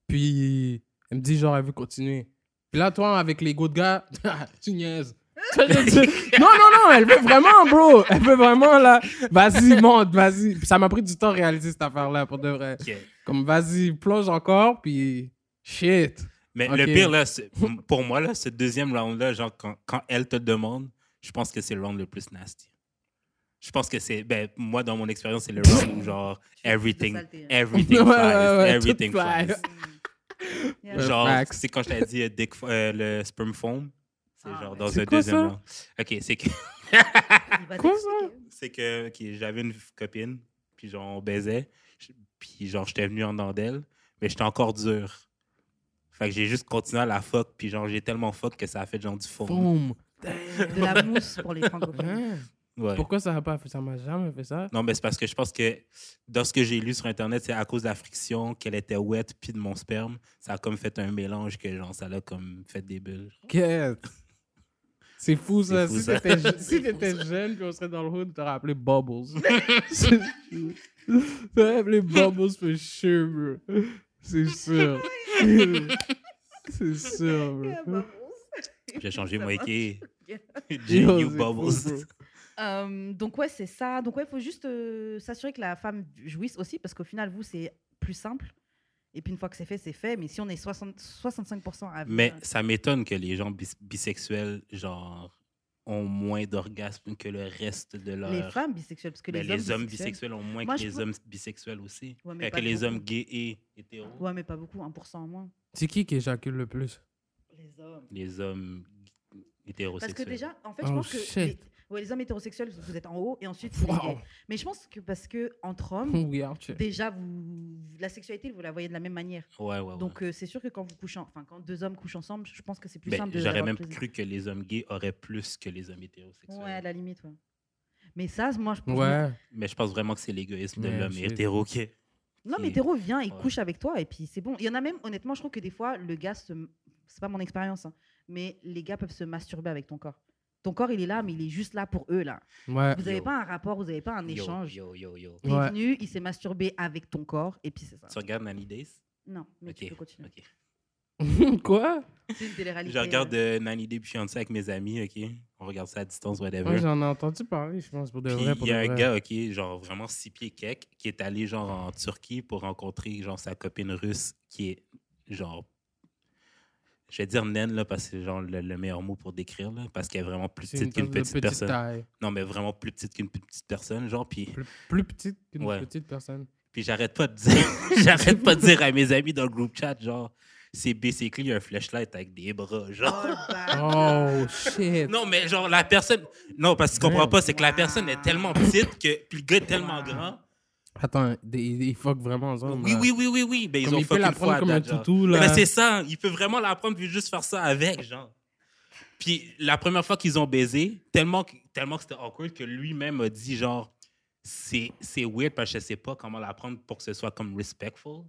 Puis elle me dit, genre, elle veut continuer. Puis là, toi, avec l'ego de gars, tu niaises. Tu vois, je veux dire, non, non, non, elle veut vraiment, bro. Elle veut vraiment, là. Vas-y, monte, vas-y. Puis ça m'a pris du temps à réaliser cette affaire-là, pour de vrai. Ok. Comme, vas-y, plonge encore, puis shit. Mais Ok. le pire, là, c'est- pour moi, là, ce deuxième round-là, genre, quand, quand elle te demande, je pense que c'est le round le plus nasty. Je pense que c'est, ben, moi, dans mon expérience, c'est le round où, genre, everything, saleté, hein. everything Ouais, ouais, flies, ouais, tout everything fly. flies. Yeah. Ouais. Genre, Facts. c'est quand je t'ai dit euh, dick, euh, le sperm foam, c'est Ah, genre ouais. dans C'est un quoi, deuxième ça? round. OK, c'est que, Il va Quoi, t'expliquer. c'est que ok, j'avais une copine, puis genre, on baisait, je- puis genre, j'étais venu en d'elle, mais j'étais encore dur. Fait que j'ai juste continué à la fuck, puis genre, j'ai tellement fuck que ça a fait genre du foam. Boum. De la mousse pour les francophones. Hein? Ouais. Pourquoi ça n'a pas fait ça? m'a jamais fait ça. Non, mais c'est parce que je pense que dans ce que j'ai lu sur Internet, c'est à cause de la friction qu'elle était wet puis de mon sperme. Ça a comme fait un mélange que genre, ça l'a comme fait des bulles. Quête. C'est fou, C'est ça. fou, si ça. t'étais je- si t'étais jeune, puis on serait dans le hood, t'aurais appelé Bubbles. t'aurais appelé Bubbles for sure, bro. C'est sûr. C'est sûr, bro. Yeah, bubbles. J'ai changé Ça mon va. équipe. Yeah. J'ai Yo, new c'est fou, bro. bubbles. Euh, donc ouais, c'est ça. Donc ouais, il faut juste euh, s'assurer que la femme jouisse aussi, parce qu'au final, vous, c'est plus simple. Et puis une fois que c'est fait, c'est fait. Mais si on est 60, 65% à Mais venir, ça m'étonne que les gens bis- bisexuels, genre, ont moins d'orgasme que le reste de leur. les femmes bisexuelles, parce que Ben, les, hommes, bisexuels, bisexuels ont moins Moi, que je les pense- hommes bisexuels aussi. Ouais, mais Euh, pas que les beaucoup. hommes gays et hétéros. Ouais, mais pas beaucoup, 1% en moins. C'est qui qui éjacule le plus? Les hommes. Les hommes Parce hétérosexuels. que déjà, en fait, je Oh, pense que les, shit. ouais, les hommes hétérosexuels, vous êtes en haut, et ensuite, c'est les Wow. gays. Mais je pense que parce que entre hommes, We out here. déjà, vous, la sexualité, vous la voyez de la même manière. Ouais, ouais, ouais. Donc euh, c'est sûr que quand vous couchez, en- enfin quand deux hommes couchent ensemble, je pense que c'est plus Ben, simple. de- J'aurais d'avoir même le plaisir. cru que les hommes gays auraient plus que les hommes hétérosexuels. Ouais, à la limite, ouais. Mais ça, moi, je pense. Ouais. Mais je pense vraiment que c'est l'égoïsme de Mais l'homme c'est- hétéro qui est. Non, mais Et- Théro vient, il ouais. couche avec toi et puis c'est bon. Il y en a même, honnêtement, je trouve que des fois, le gars, se... c'est pas mon expérience, hein, mais les gars peuvent se masturber avec ton corps. Ton corps, il est là, mais il est juste là pour eux, là. Ouais. Vous n'avez Ah, Yo. pas un rapport, vous n'avez pas un échange. Yo, yo, yo, yo. T'es Ouais. venu, il s'est masturbé avec ton corps et puis c'est ça. Tu regardes Nanny Days Non, mais tu Ok, peux continuer. ok. Quoi? C'est une télé-réalité. Je regarde euh, euh, Nanny Day puis je suis en avec mes amis, ok On regarde ça à distance, whatever. Ouais, j'en ai entendu parler, je pense, pour de Puis vrai. Pour il y a de un vrai. gars, ok, genre vraiment six pieds kek, qui est allé genre en Turquie pour rencontrer genre sa copine russe qui est genre. Je vais dire naine, là, parce que c'est genre le, le meilleur mot pour décrire, là, parce qu'elle est vraiment plus C'est une petite qu'une sorte de petite, personne. taille. Non, mais vraiment plus petite qu'une petite personne, genre, puis Plus, plus petite qu'une Ouais. petite personne. Puis j'arrête pas de dire, j'arrête pas de dire à mes amis dans le groupe chat, genre, c'est basically un flashlight avec des bras, genre. Oh, le bâtard. Oh, shit. Non, mais genre, la personne. Non, parce que tu comprends pas, c'est que la Wow. personne est tellement petite que. Puis le gars est tellement Wow. grand. Attends, des- ils fuck vraiment ensemble. Oui, là. oui, oui, oui, oui. Ben, ils Comme ont il peut fucké la une prendre fois à comme un date, genre. toutou, là. Ben, c'est ça, il peut vraiment la prendre puis juste faire ça avec, genre. Puis la première fois qu'ils ont baisé, tellement, que- tellement que c'était awkward que lui-même a dit, genre, c'est c'est weird parce que je sais pas comment la prendre pour que ce soit comme respectful.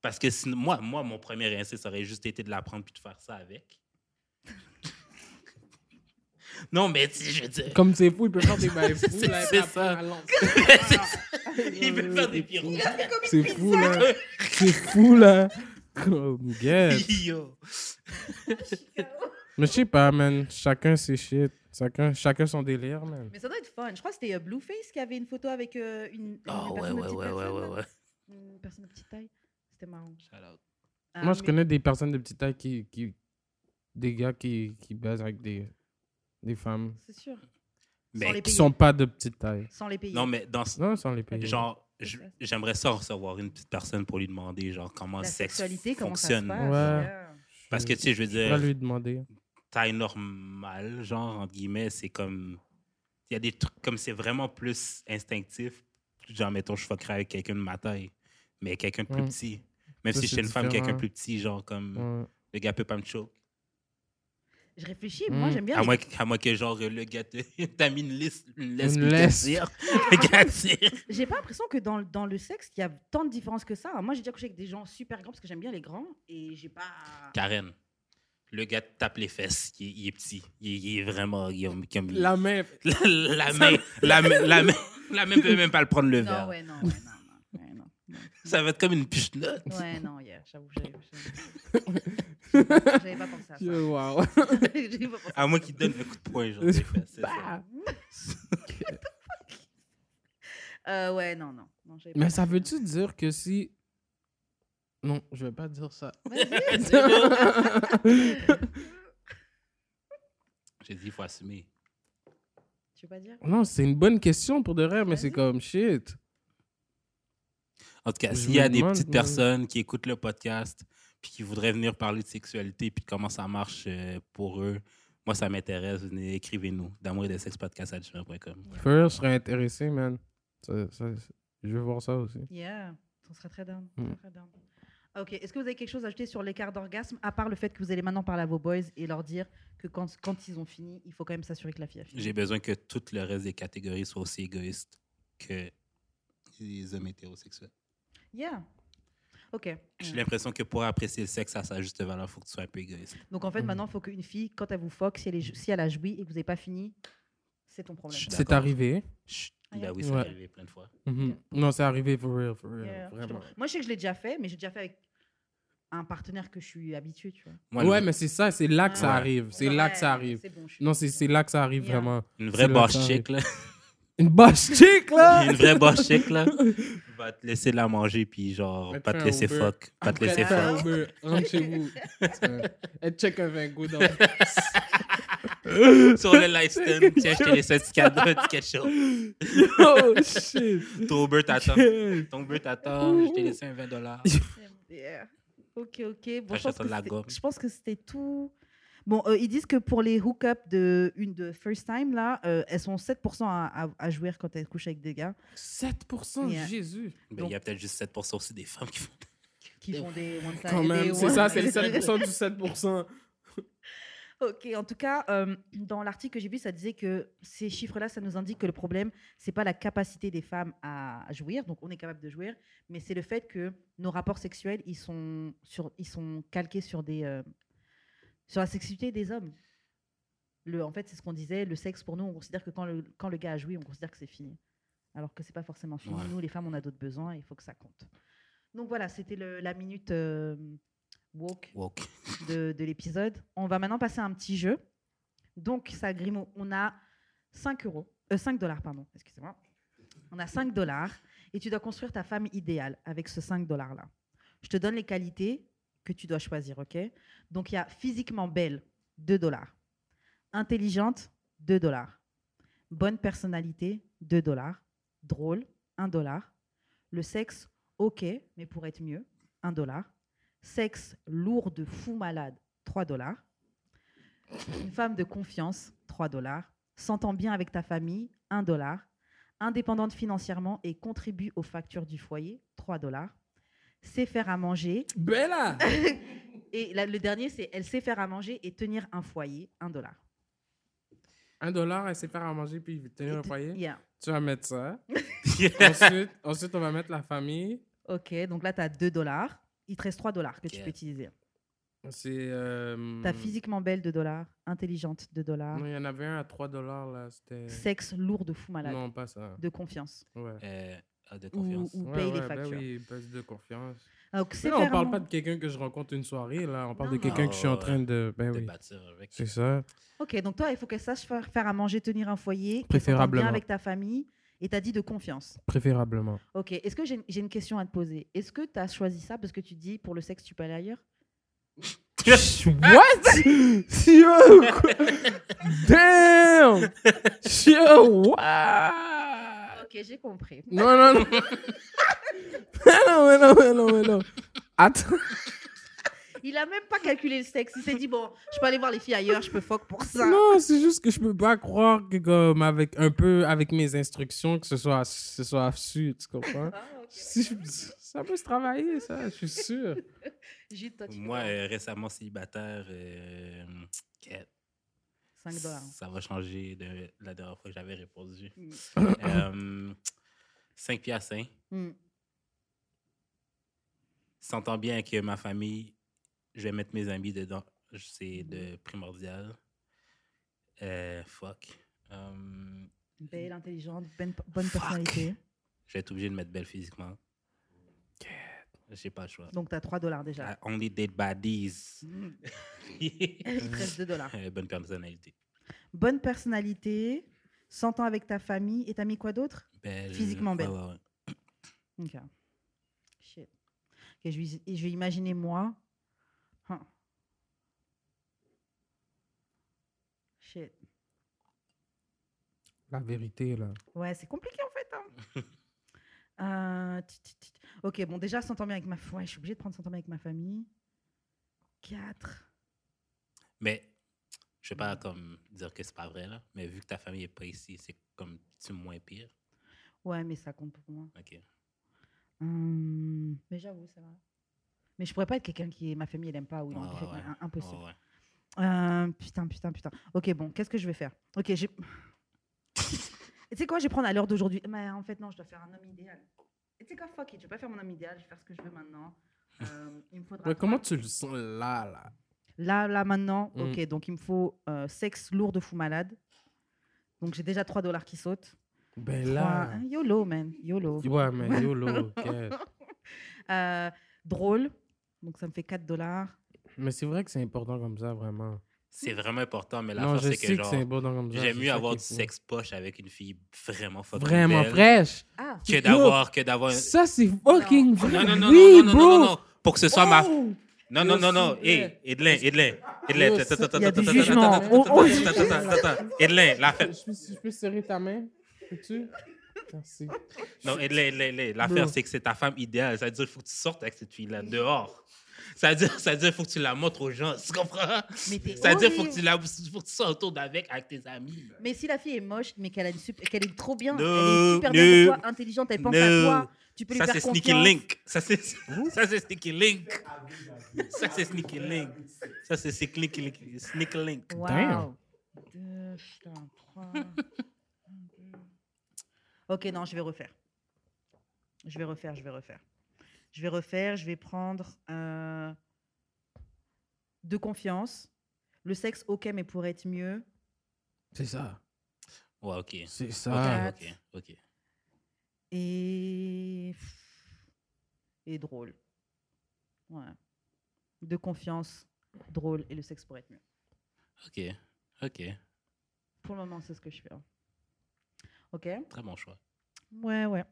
Parce que sinon- moi, moi, mon premier instinct, ça aurait juste été de la prendre puis de faire ça avec. non, mais tu sais, je veux dire, Comme c'est fou, il peut faire des bails fous. C'est- là, c'est puis ça. après, elle lance. il veut faire des pirouettes. C'est fou, là. C'est fou, là. Comme, yeah. Yo. Mais je sais pas, man. Chacun ses shit. Chacun, chacun son délire, man. Mais ça doit être fun. Je crois que c'était euh, Blueface qui avait une photo avec euh, une, une Oh, ouais, personne de ouais, petite ouais, ouais, personne, ouais, là. ouais. Une personne de petite taille. C'était marrant. Euh, Moi, je mais- connais des personnes de petite taille qui. qui des gars qui, qui baisent avec des, des femmes C'est sûr. Mais- sans les qui payer. sont pas de petite taille. Sans les payer. Non, mais dans, ce- Non, sans les payer. Genre, Mm. C'est je- ça. j'aimerais ça recevoir une petite personne pour lui demander genre comment la le sexe sexualité, comment ça se fonctionne. passe. euh, Ouais. yeah. Parce que tu sais, je veux Je vais dire, lui demander. taille normale, genre entre guillemets, c'est comme il y a des trucs comme c'est vraiment plus instinctif. Genre mettons, je fuckerais avec quelqu'un de ma taille, mais quelqu'un de plus Ouais. petit. Même Mm. Ça, c'est si Mm. j'étais une femme, quelqu'un différent. Hmm. de plus petit, genre comme Ouais. le gars peut pas me choke. Je réfléchis, moi Mm. j'aime bien. À les- moins, que- à moins que, genre, le gars, te- t'as mis une liste, une liste, Une puis te liste. tire. Le gars tire. J'ai pas l'impression que dans, le- dans le sexe, il y a tant de différences que ça. Moi j'ai déjà couché avec des gens super grands parce que j'aime bien les grands et j'ai pas. Karen, le gars te tape les fesses, il est, il est petit. Il est, il est vraiment. il est- comme- La main. La, la main, la main, la main, la main peut même pas le prendre le verre. Non, ouais, non, ouais, non, non. Ouais, non. Ça va être comme une pichenote. Ouais, non, hier, j'avoue, j'avais- j'avais j'avais pas pensé à ça. Wow. J'avais pas pensé À ça. moins qu'il donne le coup de poing, genre, des fesses. c'est ça. Bah. Euh, ouais, non, non. non j'avais pas Mais ça pensé veut-tu dire que si. Non, je vais pas dire ça. Vas-y, J'ai dit, il faut assumer. tu veux pas dire Non, c'est une bonne question pour de vrai, mais c'est Vas-y. comme shit. En tout cas, Je s'il y a me des demande, petites moi. personnes qui écoutent le podcast puis qui voudraient venir parler de sexualité puis de comment ça marche euh, pour eux, moi, ça m'intéresse. Venez, écrivez-nous. D'amour et de sexe podcast à gmail.com. First, je serais intéressé, man. Ça- ça- je veux voir ça aussi. Yeah, on serait très down. Mm. très, très down. Ok, est-ce que vous avez quelque chose à ajouter sur l'écart d'orgasme, à part le fait que vous allez maintenant parler à vos boys et leur dire que quand, quand ils ont fini, il faut quand même s'assurer que la fille a fini J'ai besoin que tout le reste des catégories soit aussi égoïste que les hommes hétérosexuels. Yeah. Ok. Hmm. J'ai ouais. l'impression que pour apprécier le sexe à sa juste valeur, il faut que tu sois un peu égoïste. Donc en fait, Mm. maintenant, il faut qu'une fille, quand elle vous fuck, si elle, est jou- si elle a joui et que vous n'avez pas fini, c'est ton problème. Je suis C'est d'accord. arrivé. Chut. Ah, Ben yeah. oui, ça Ouais. m'est arrivé plein de fois. Mhm. Non, c'est arrivé for real, for real. Yeah, vraiment. franchement. Moi, je sais que je l'ai déjà fait, mais j'ai déjà fait avec un partenaire que je suis habituée, tu vois. Moi, ouais, une, mais c'est ça, c'est là que ça Ouais. arrive. C'est Ouais, là que ça arrive. C'est bon, je suis- Non, c'est c'est là que ça arrive Yeah. vraiment. une c'est vraie le boss temps, chic, là. Une bosse chic, là! une vraie boss chic, là. Va te laisser la manger, puis genre, Mais pas fais te un laisser Uber. fuck. Pas te laisser Après la- fuck. fort. Uber, rentre chez vous. Elle check un vingo dans Sur le live stand, tiens, je te laisse un petit cadeau, un petit quelque chose. Oh shit! Ton Uber t'attend. Ok. Ton Uber t'attend, je t'ai laissé un 20 dollars. Ben, Yeah. Ok, ok. Bon, je, pense j'attends que de la c'était- gomme. je pense que c'était tout. Bon, euh, ils disent que pour les hook-up de, une de first time, là, euh, elles sont 7% à, à, à jouir quand elles couchent avec des gars 7% Yeah. Jésus! Ben, il y a peut-être juste 7% aussi des femmes qui font. qui font des one time. Quand et même, des c'est one- ça, c'est le 7% du 7%. Ok, en tout cas, euh, dans l'article que j'ai vu, ça disait que ces chiffres-là, ça nous indique que le problème, c'est pas la capacité des femmes à jouir, donc on est capable de jouir, mais c'est le fait que nos rapports sexuels, ils sont, sur, ils sont calqués sur, des, euh, sur la sexualité des hommes. Le, en fait, c'est ce qu'on disait, le sexe, pour nous, on considère que quand le, quand le gars a joui, on considère que c'est fini. Alors que c'est pas forcément fini. Ouais. Nous, les femmes, on a d'autres besoins et il faut que ça compte. Donc voilà, c'était le- la minute euh, woke Woke. de, de l'épisode. On va maintenant passer à un petit jeu. Donc, ça, Grimaud, on a 5 euros, euh, 5 dollars, pardon, excusez-moi. On a 5 dollars et tu dois construire ta femme idéale avec ce 5 dollars-là. Je te donne les qualités que tu dois choisir, ok Donc, il y a physiquement belle, 2 dollars. Intelligente, 2 dollars. Bonne personnalité, 2 dollars. Drôle, 1 dollar. Le sexe, ok, mais pour être mieux, 1 dollar. Sexe lourd de fou malade, 3 dollars. Une femme de confiance, 3 dollars. S'entend bien avec ta famille, 1 dollar. Indépendante financièrement et contribue aux factures du foyer, 3 dollars. Sait faire à manger. Bella! Et la- le dernier, c'est elle sait faire à manger et tenir un foyer, 1 dollar. Un dollar, elle sait faire à manger puis tenir un foyer. Yeah. Tu vas mettre ça. ensuite, ensuite, on va mettre la famille. Ok, donc là, tu as 2 dollars. Il te reste 3 dollars que tu Ok. peux utiliser. C'est. Euh, Tu as physiquement belle, 2 dollars. Intelligente, 2 dollars. Non, il y en avait un à 3 dollars là. C'était. Sexe lourd de fou malade, Non, pas ça. de confiance. Ouais. Euh, ah, de Ou, confiance. ou Ouais, paye ouais, les ben factures. oui, baisse de confiance. Donc, Mais c'est Là, on faire parle un- pas de quelqu'un que je rencontre une soirée, là. On parle Non. de quelqu'un que je suis en Ah, train de. Ben De oui. bâtir avec. C'est ça. Ok, donc toi, il faut qu'elle sache faire, faire à manger, tenir un foyer, qu'elle s'entende Préférablement. bien avec ta famille, et t'as dit de confiance. Préférablement. Ok, est-ce que j'ai j'ai une question à te poser Est-ce que t'as choisi ça parce que tu dis pour le sexe, tu peux aller ailleurs What? Yo! quoi? Damn! Yo! Ah. What? Ok, j'ai compris. Non, non, non. Mais non, mais non, mais non, mais non. Attends. Il a même pas calculé le sexe. Il s'est dit bon, je peux aller voir les filles ailleurs, je peux fuck pour ça. Non, c'est juste que je peux pas croire que comme avec un peu avec mes instructions que ce soit ce soit su, tu comprends? Ah, ok. Si je- ça peut se travailler, ça, je suis sûr. Gilles, toi, tu fais Moi, eh. quoi euh, récemment célibataire, euh, 5 dollars. Ça va changer de la dernière fois que j'avais répondu. Mm. Euh, 5 piastres, hein. Mm. S'entend bien que ma famille, je vais mettre mes amis dedans. C'est Mm-hmm. de primordial. Euh, fuck. Euh, Belle, intelligente, bonne, bonne Fuck. personnalité. je vais être obligé de mettre belle physiquement. J'ai pas le choix. Donc, tu as 3 dollars déjà. Mm-hmm. I only date bodies. Mm. Il te reste 2 dollars. Euh, Bonne personnalité. Bonne personnalité, 100 ans avec ta famille et t'as mis quoi d'autre Belle. Physiquement Ouais, belle. ouais, ouais. Ok. Shit. Ok, je, vais, je vais imaginer moi. Huh. Shit. La vérité, là. Ouais, c'est compliqué en fait. hein. Euh, tut, tut, tut. Ok, bon, déjà, 100 ans bien avec ma famille. je suis obligée de prendre 100 ans bien avec ma famille. 4. Mais je vais pas comme dire que c'est pas vrai là, mais vu que ta famille est pas ici, c'est comme tu moins pire. Ouais, mais ça compte pour moi. Ok. Hum, Mais j'avoue, ça va. Mais je pourrais pas être quelqu'un qui. Ma famille, elle aime pas. Ou Ouais, ouais, ouais. un- impossible. Ouais, ouais. Euh, putain, putain, putain. Ok, bon, qu'est-ce que je vais faire Ok, j'ai. tu sais quoi, je vais prendre à l'heure d'aujourd'hui. Mais en fait, non, je dois faire un homme idéal. Et Tu sais quoi, fuck it, je vais pas faire mon homme idéal, je vais faire ce que je veux maintenant. Euh, il me faudra. Ouais, comment tu le sens là, là? Là, là, maintenant, Mm. ok, donc il me faut euh, sexe lourd de fou malade. Donc j'ai déjà 3 dollars qui sautent. Ben Trois- là. hein, YOLO, man, YOLO. Ouais, mais YOLO, get. Euh, drôle, donc ça me fait 4 dollars. Mais c'est vrai que c'est important comme ça, vraiment. C'est vraiment important, mais la non, force je c'est que sais que, genre, c'est important comme ça. j'aime c'est mieux ça avoir qui du est fou. sexe poche avec une fille vraiment fucking Vraiment belle fraîche. Ah, que Yo. d'avoir que d'avoir. un- Ça, c'est fucking vrai. Non non non oui, non non non bro. non non non. Pour que ce soit ma. Oh! Non non non non. Yo, s'il Hey, plaît. Edlin, Edlin, Edlin. Yo, attends, s'il- attends, il y a Oh, attends, du attends, jugement. attends, On- attends, on attends, juge. attends, attends, attends. Edlin, la fête. Je peux, je peux serrer ta main? Peux-tu? Merci. Non, Edlin, Edlin, Edlin, Non. L'affaire, c'est que c'est ta femme idéale. Ça veut dire qu'il faut que tu sortes avec cette fille-là dehors. Ça veut dire, ça veut dire qu'il faut que tu la montres aux gens. Tu comprends? mais t'es Ça veut dire qu'il faut horrible. que tu la, faut que tu sois autour d'avec, avec tes amis. Mais si la fille est moche, mais qu'elle a une sup- qu'elle est trop bien, No, elle est super bien pour no, toi, intelligente, elle pense à no. toi, tu peux lui Ça, faire c'est confiance. Sneaky Link. Ça, c'est ça, c'est Sneaky Link. Ça, c'est Sneaky Link. Ça, c'est Sneaky Link. Sneaky Link. Wow. Damn. Deux, putain, trois. Un, deux. ok, non, je vais refaire. Je vais refaire, je vais refaire. Je vais refaire, je vais prendre euh, de confiance. Le sexe, ok, mais pourrait être mieux. C'est ça. Ouais, OK. C'est Ah. ça. OK, OK. OK. Et. Et drôle. Ouais. De confiance, drôle, et le sexe pourrait être mieux. OK. OK. Pour le moment, c'est ce que je fais. hein. Ok. Très bon choix. Ouais, ouais.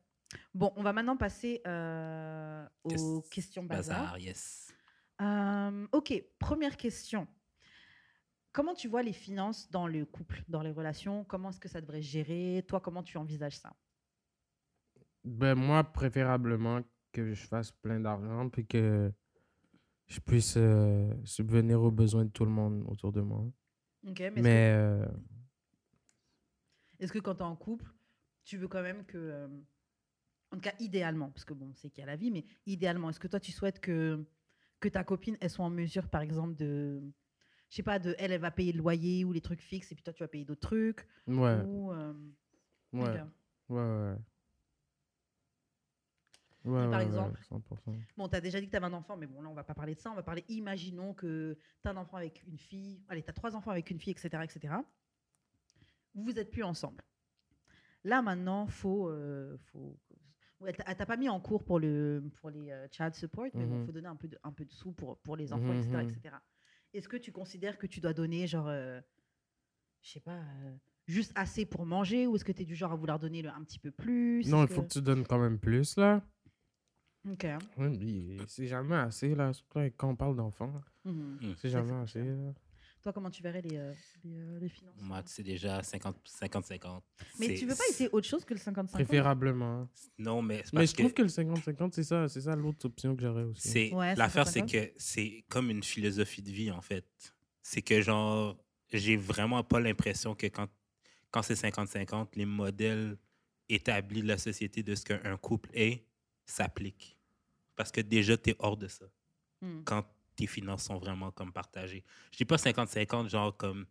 Bon, on va maintenant passer euh, aux Qu'est- questions bazar. Bazar, yes. Euh, ok, première question. Comment tu vois les finances dans le couple, dans les relations Comment est-ce que ça devrait se gérer Toi, comment tu envisages ça Ben, moi, préférablement que je fasse plein d'argent puis que je puisse euh, subvenir aux besoins de tout le monde autour de moi. Ok, mais est-ce que- Mais euh, Est-ce que quand tu es en couple, tu veux quand même que. euh, en tout cas, idéalement, parce que bon, c'est qu'il y a la vie, mais idéalement, est-ce que toi, tu souhaites que, que ta copine, elle soit en mesure, par exemple, de. Je sais pas, de elle, elle va payer le loyer ou les trucs fixes, et puis toi, tu vas payer d'autres trucs ouais, ou, euh, ouais, ouais, ok. ouais. ouais. Ouais, par ouais, ouais, exemple- 100%. Bon, tu as déjà dit que tu avais un enfant, mais bon, là, on va pas parler de ça. On va parler, imaginons que tu as un enfant avec une fille, allez, tu as trois enfants avec une fille, etc. etc. Vous êtes plus ensemble. Là, maintenant, faut. euh, faut... ouais, t'as- Elle t'a pas mis en cours pour, le, pour les euh, child support, mais bon, Mhm. faut donner un peu de, un peu de sous pour, pour les enfants, Mhm, mhm. etc. etc. Est-ce que tu considères que tu dois donner, genre, euh, je sais pas, euh, juste assez pour manger, ou est-ce que tu es du genre à vouloir donner le- un petit peu plus Non, il Est-ce faut que tu donnes quand même plus, là. Ok. hein. Oui, mais c'est jamais assez, là. Surtout avec- quand on parle d'enfants, Mhm. c'est Ça, jamais c'est assez, là. Toi, comment tu verrais les, euh, les, euh, les finances Moi, c'est déjà 50 50-50. Mais C'est- tu veux pas essayer autre chose que le 55 Préférablement. hein. Non, mais c'est Mais parce je trouve que le 50-50, c'est ça, c'est ça l'autre option que j'aurais aussi. C'est Ouais, l'affaire, c'est 50-50. que c'est comme une philosophie de vie en fait. C'est que genre, j'ai vraiment pas l'impression que quand, quand c'est 50-50, les modèles établis de la société de ce qu'un couple est s'appliquent. Parce que déjà, tu es hors de ça Hmm. quand tes finances sont vraiment comme partagées. Je dis pas 50-50, genre comme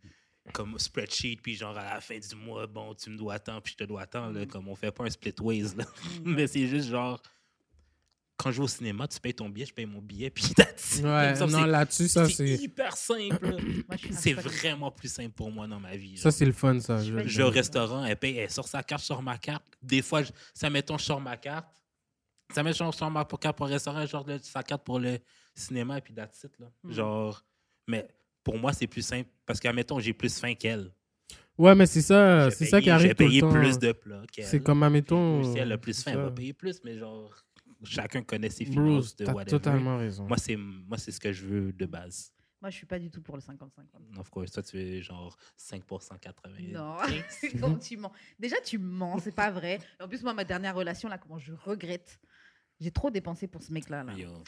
comme spreadsheet, puis genre à la fin du mois, bon, tu me dois tant, puis je te dois tant, là, comme on fait pas un split ways, là. Hmm, Mais c'est juste genre, quand je vais au cinéma, tu payes ton billet, je paye mon billet, puis that's it. Il me Ouais, semble que non, c'est- là-dessus, ça, c'est c'est. hyper simple. là. hmm. Moi, je suis c'est instable. vraiment plus simple pour moi dans ma vie. Ça, genre. c'est le fun, ça. Je vais- Je vais au restaurant, elle paye, elle sort sa carte sur ma carte. Des fois, je- ça mettons, je sors ma carte. Ça met sur ma pour- carte pour le restaurant, genre le- sa carte pour le cinéma, et puis that's it, là. Mm. Genre, mais pour moi, c'est plus simple. Parce que, admettons, j'ai plus faim qu'elle. Ouais, mais c'est ça, J'ai Ah, c'est payé- ça qui arrive J'ai tout le payé temps. plus de plats qu'elle. C'est comme, Ou admettons. Si elle a euh, plus c'est faim, elle ça. va payer plus, mais genre, chacun connaît ses finances Bruce, de t'as whatever. totalement raison. Moi, c'est moi, c'est ce que je veux de base. Moi, je suis pas du tout pour le 50-50. Of course, toi, tu es genre 5%, 80%. Non, Non, tu mens. Déjà, tu mens, c'est pas vrai. En plus, moi, ma dernière relation, là, comment je regrette. J'ai trop dépensé pour ce mec-là. Là. Yo.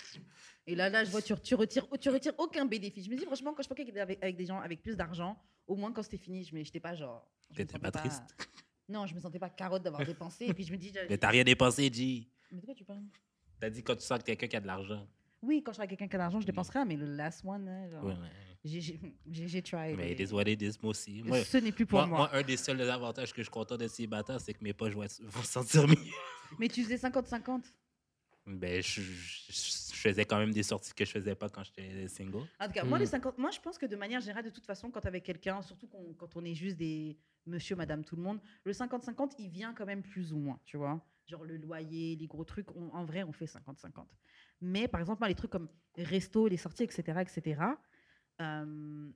Et là, là, je vois, tu, tu, retires, tu retires aucun bénéfice. Je me dis, franchement, quand je partais avec, avec des gens avec plus d'argent, au moins quand c'était fini, je n'étais pas genre. je me T'étais sentais pas triste Non, je me sentais pas carotte d'avoir dépensé. Et puis je me dis, j'ai- Mais t'as rien dépensé, G. mais de quoi tu parles T'as dit quand tu sens que quelqu'un qui a de l'argent. Oui, quand je suis avec quelqu'un qui a de l'argent, je dépense rien, mais le last one, hein, genre, Ouais, j'ai- j'ai- j'ai j'ai tried. Mais et it is what it is, moi aussi. Moi, Ce n'est plus pour moi, moi. moi, un des seuls avantages que je suis content d'être célibataire, c'est que mes poches vont, être- vont se sentir mieux. Mais tu faisais 50-50. Ben, je, je- je faisais quand même des sorties que je faisais pas quand j'étais single. En tout cas, moi, Mm. Hmm. les 50, moi, je pense que de manière générale, de toute façon, quand t'es avec quelqu'un, surtout qu'on- quand on est juste des monsieur, madame, tout le monde, le 50-50, il vient quand même plus ou moins, tu vois. Genre le loyer, les gros trucs, on- en vrai, on fait 50-50. Mais par exemple, moi, les trucs comme resto, les sorties, etc., etc., euh,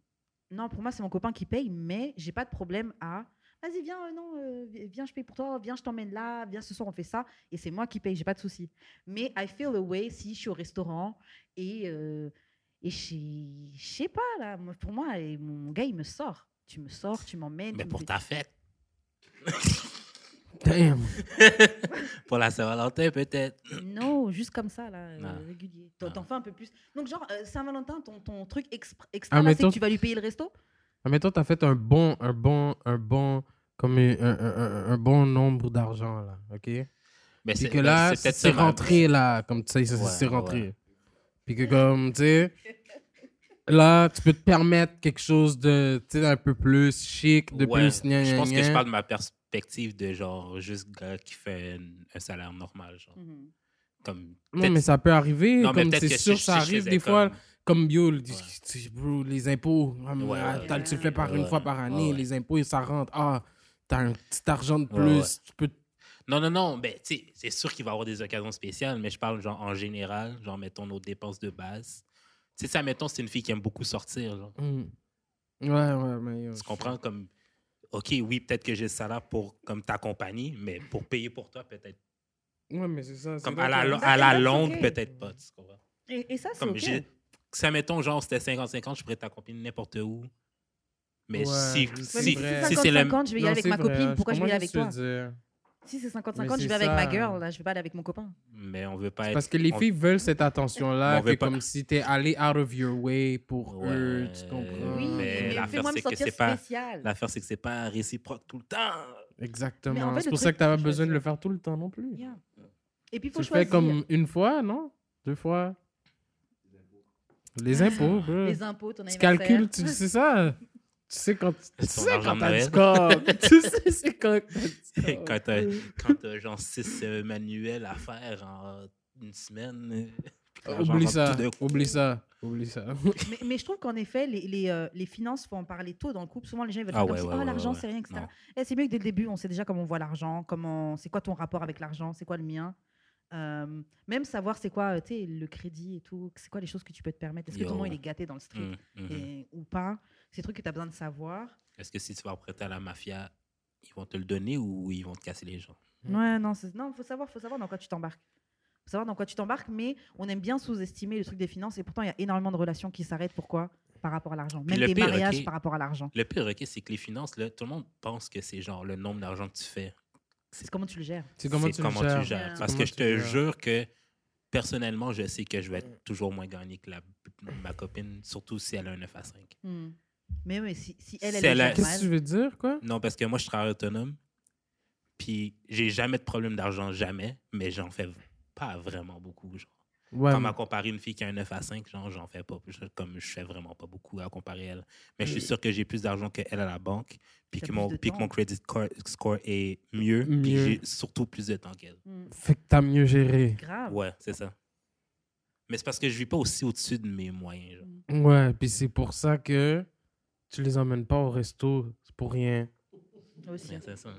non, pour moi, c'est mon copain qui paye, mais j'ai pas de problème à. Vas-y, viens, euh, non, euh, vi- viens, je paye pour toi, viens, je t'emmène là, viens, ce soir, on fait ça, et c'est moi qui paye, j'ai pas de souci. Mais I feel away si je suis au restaurant et euh, et je sais- je sais pas, là. Moi, Pour moi, et mon gars, il me sort. Tu me sors, tu m'emmènes. Mais tu me Ben, pour fais- ta fête, Damn. pour la Saint-Valentin, peut-être. Non, juste comme ça, là, euh, Ah. régulier. T'en Ah. t'en fais un peu plus. Donc, genre, euh, Saint-Valentin, ton, ton truc expr- Ah, extra, là, mais c'est que toi- tu vas lui payer le resto Admettons, Ah, t'as fait un bon, un bon, un bon, comme un, un- un- un bon nombre d'argent, là, OK? Mais Puis c'est que ben, là, c'est peut-être c'est ça, ma- rentré, là, comme tu sais, ça, Ouais, c'est rentré. ouais. Puis que comme, tu sais, là, tu peux te permettre quelque chose de, tu sais, un peu plus chic, de Ouais, plus gna, Je gna, pense que gna. je parle de ma perspective de genre juste gars qui fait un, un salaire normal. Genre. Mhm. Comme, Non, peut-être- mais ça peut arriver, non, mais comme peut-être c'est que si sûr, je- ça si je arrive faisais des fois, comme- comme yo, le- tu- bro, les impôts, ah, mais, Ouais, ah, ouais, t'as- ouais. tu le fais par une Ouais, fois par ouais, année, ouais. les impôts, ça rentre, ah, t'as un petit argent de Ouais, plus, ouais. tu peux Non, non, non, mais tu sais, c'est sûr qu'il va y avoir des occasions spéciales, mais je parle genre en général, genre mettons nos dépenses de base. Tu sais, ça, mettons, c'est une fille qui aime beaucoup sortir. genre. Hmm. Ouais, ouais, mais. euh, Tu comprends comme, OK, oui, peut-être que j'ai le salaire pour comme t'accompagner, mais pour payer pour toi, peut-être. Ouais, mais c'est ça. c'est Comme vrai à la, que- lo- ça, à la Ben, c'est longue, ok. peut-être pas. Tu comprends? Et, et ça, c'est Comme OK. j'ai. Ça, mettons, genre, c'était 50-50, je pourrais t'accompagner n'importe où. Mais Ouais, si, c'est si, vrai. si c'est le. 50-50, je vais y aller avec c'est ma vrai, copine. Pourquoi je vais y aller comprends avec ce que toi tu veux dire. Si c'est Mais 50-50, je c'est vais avec ma ça. girl, là, je vais pas aller avec mon copain. Mais on veut pas C'est être. Parce que les on- filles veulent cette Mais attention-là, on veut que pas- comme si t'es allé out of your way pour Ouais, eux, tu comprends? Oui, Euh, mais mais, l'affaire, fais-moi me c'est que sentir c'est pas- spécial. L'affaire, c'est que c'est pas réciproque tout le temps. Ah, Mais en Exactement. fait, C'est le pour truc, ça que t'as c'est pas de besoin de choisir. le faire tout le temps non plus. Yeah. Et puis, il Tu faut le choisir. fais comme une fois, non? Deux fois? Les impôts, euh, bro. Les impôts, ton Tu anniversaire. calcules, tu sais ça. Tu sais quand tu Ton sais argent quand de t'as Noël. du corps. Tu sais c'est quand t'as du corps. quand t'as quand t'as genre six euh, manuels à faire en une semaine. euh, puis que l'argent Oublie rentre ça, tout d'un coup. oublie ça, oublie ça. Mais, mais je trouve qu'en effet, les, les, euh, les finances, faut en parler tôt dans le couple. Souvent, les gens ils veulent Ah faire comme ouais, si, ouais, oh, ouais, l'argent, ouais, c'est rien, etc. non. Eh, c'est mieux que dès le début, on sait déjà comment on voit l'argent, comment, c'est quoi ton rapport avec l'argent, c'est quoi le mien. Euh, même savoir c'est quoi euh, tu sais, le crédit et tout, c'est quoi les choses que tu peux te permettre. Est-ce que Yo. ton nom il est gâté dans le street Mm, mhm. et- ou pas Ces trucs que tu as besoin de savoir. Est-ce que si tu vas prêter à la mafia, ils vont te le donner ou ils vont te casser les gens? Mm. Ouais, non, c'est- non, faut savoir, faut savoir dans quoi tu t'embarques. Faut savoir dans quoi tu t'embarques, mais on aime bien sous-estimer le truc des finances et pourtant il y a énormément de relations qui s'arrêtent. Pourquoi Par rapport à l'argent. Puis Même le des pire, mariages ok. par rapport à l'argent. Le pire, ok, c'est que les finances, là, tout le monde pense que c'est genre le nombre d'argent que tu fais. C'est comment tu le gères. C'est comment C'est tu le gères. Ouais. Parce Comment que je tu te le gères. jure que personnellement, je sais que je vais être toujours moins gagné que la- ma copine, surtout si elle a un 9 à 5. Hmm. Mais oui, si, si elle, Si elle, elle le a- gère Qu'est-ce que tu mal, veux dire, quoi? Non, parce que moi, je travaille autonome. Puis, j'ai jamais de problème d'argent, jamais. Mais j'en fais pas vraiment beaucoup. Genre. Ouais. Comme à comparer une fille qui a un 9 à 5, genre, j'en fais pas. Je- Comme je fais vraiment pas beaucoup à comparer elle. Mais je suis Euh, sûr que j'ai plus d'argent qu'elle à la banque, puis T'as que, plus mon, de puis que temps. mon credit cor- score est mieux, puis Mieux. que j'ai surtout plus de temps qu'elle. Mm. Fait que t'as mieux géré. Grave. Ouais, c'est ça. Mais c'est parce que je vis pas aussi au-dessus de mes moyens. genre. Ouais, puis c'est pour ça que tu les emmènes pas au resto. C'est pour rien. Aussi. hein. Mais c'est ça.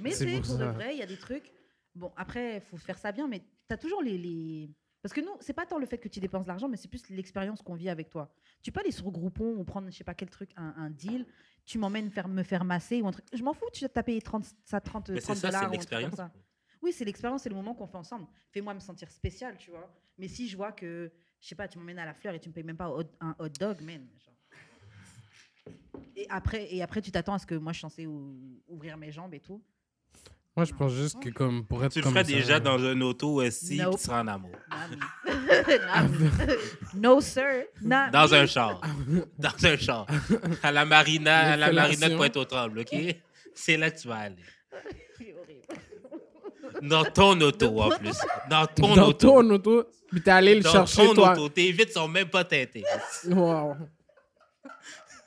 Mais C'est c'est pour pour de ça. vrai, il y a des trucs. Bon, après, il faut faire ça bien, mais tu as toujours les, les- Parce que nous, c'est pas tant le fait que tu dépenses l'argent, mais c'est plus l'expérience qu'on vit avec toi. Tu peux aller sur Groupon ou prendre, je sais pas quel truc, un, un deal. Tu m'emmènes faire, me faire masser ou un truc. Je m'en fous, tu as payé 30, ça 30, Mais c'est 30 ça, dollars. c'est ou un truc comme l'expérience. ça. Oui, c'est l'expérience, c'est le moment qu'on fait ensemble. Fais-moi me sentir spécial, tu vois. Mais si je vois que, je sais pas, tu m'emmènes à la fleur et tu me payes même pas au- un hot dog, man. genre. Et après, et après, tu t'attends à ce que moi je suis censée ou- ouvrir mes jambes et tout. Moi, je pense juste que comme pour être Tu le comme ferais ça- déjà dans une auto aussi, Nope. puis tu seras en amour. Nami. Nami. no, sir. Ah. Nami. Dans un char. Dans un char. À la marina, Les à la marina de fellations. Pointe-aux-Trembles, OK? C'est là que tu vas aller. C'est horrible. Dans ton auto, en plus. Dans ton dans auto. ton auto. Puis t'es allé le dans chercher, ton toi. auto. Tes vitres sont même pas teintées. Wow.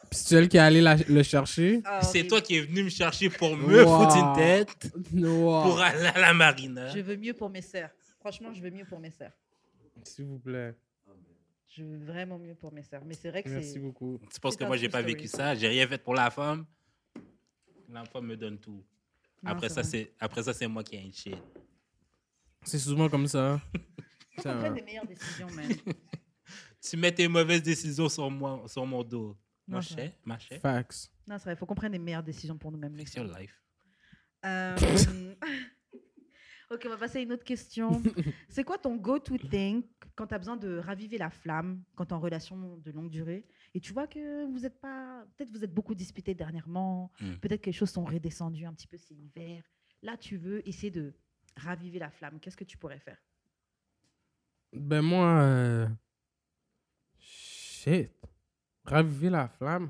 Puis c'est elle qui est allée la- le chercher. Ah, C'est horrible. toi qui es venu me chercher pour me Wow. foutre une tête Wow. pour aller à la marina. Je veux mieux pour mes sœurs. Franchement, je veux mieux pour mes sœurs. S'il vous plaît. Je veux vraiment mieux pour mes sœurs. Mais c'est vrai que Merci c'est. beaucoup. Tu penses C'est que un moi, j'ai true pas story. vécu ça? J'ai rien fait pour la femme? La femme me donne tout. Non, Après ça, vrai. c'est après ça, c'est moi qui ai un shit. C'est souvent comme ça. hein. Faut Ça- qu'on prenne des meilleures décisions, même. Tu mets tes mauvaises décisions sur moi, sur mon dos. Non, Ma c'est vrai. chère, ma chère. Facts. Non, c'est vrai. Faut qu'on prenne des meilleures décisions pour nous-mêmes. les Fix your filles. life. Euh, ok, on va passer à une autre question. c'est quoi ton go-to thing quand tu as besoin de raviver la flamme, quand t'es en relation de longue durée Et tu vois que vous êtes pas. Peut-être vous êtes beaucoup disputés dernièrement, Mm. peut-être que les choses sont redescendues un petit peu, c'est l'hiver. Là, tu veux essayer de raviver la flamme. Qu'est-ce que tu pourrais faire Ben moi, euh, shit, raviver la flamme.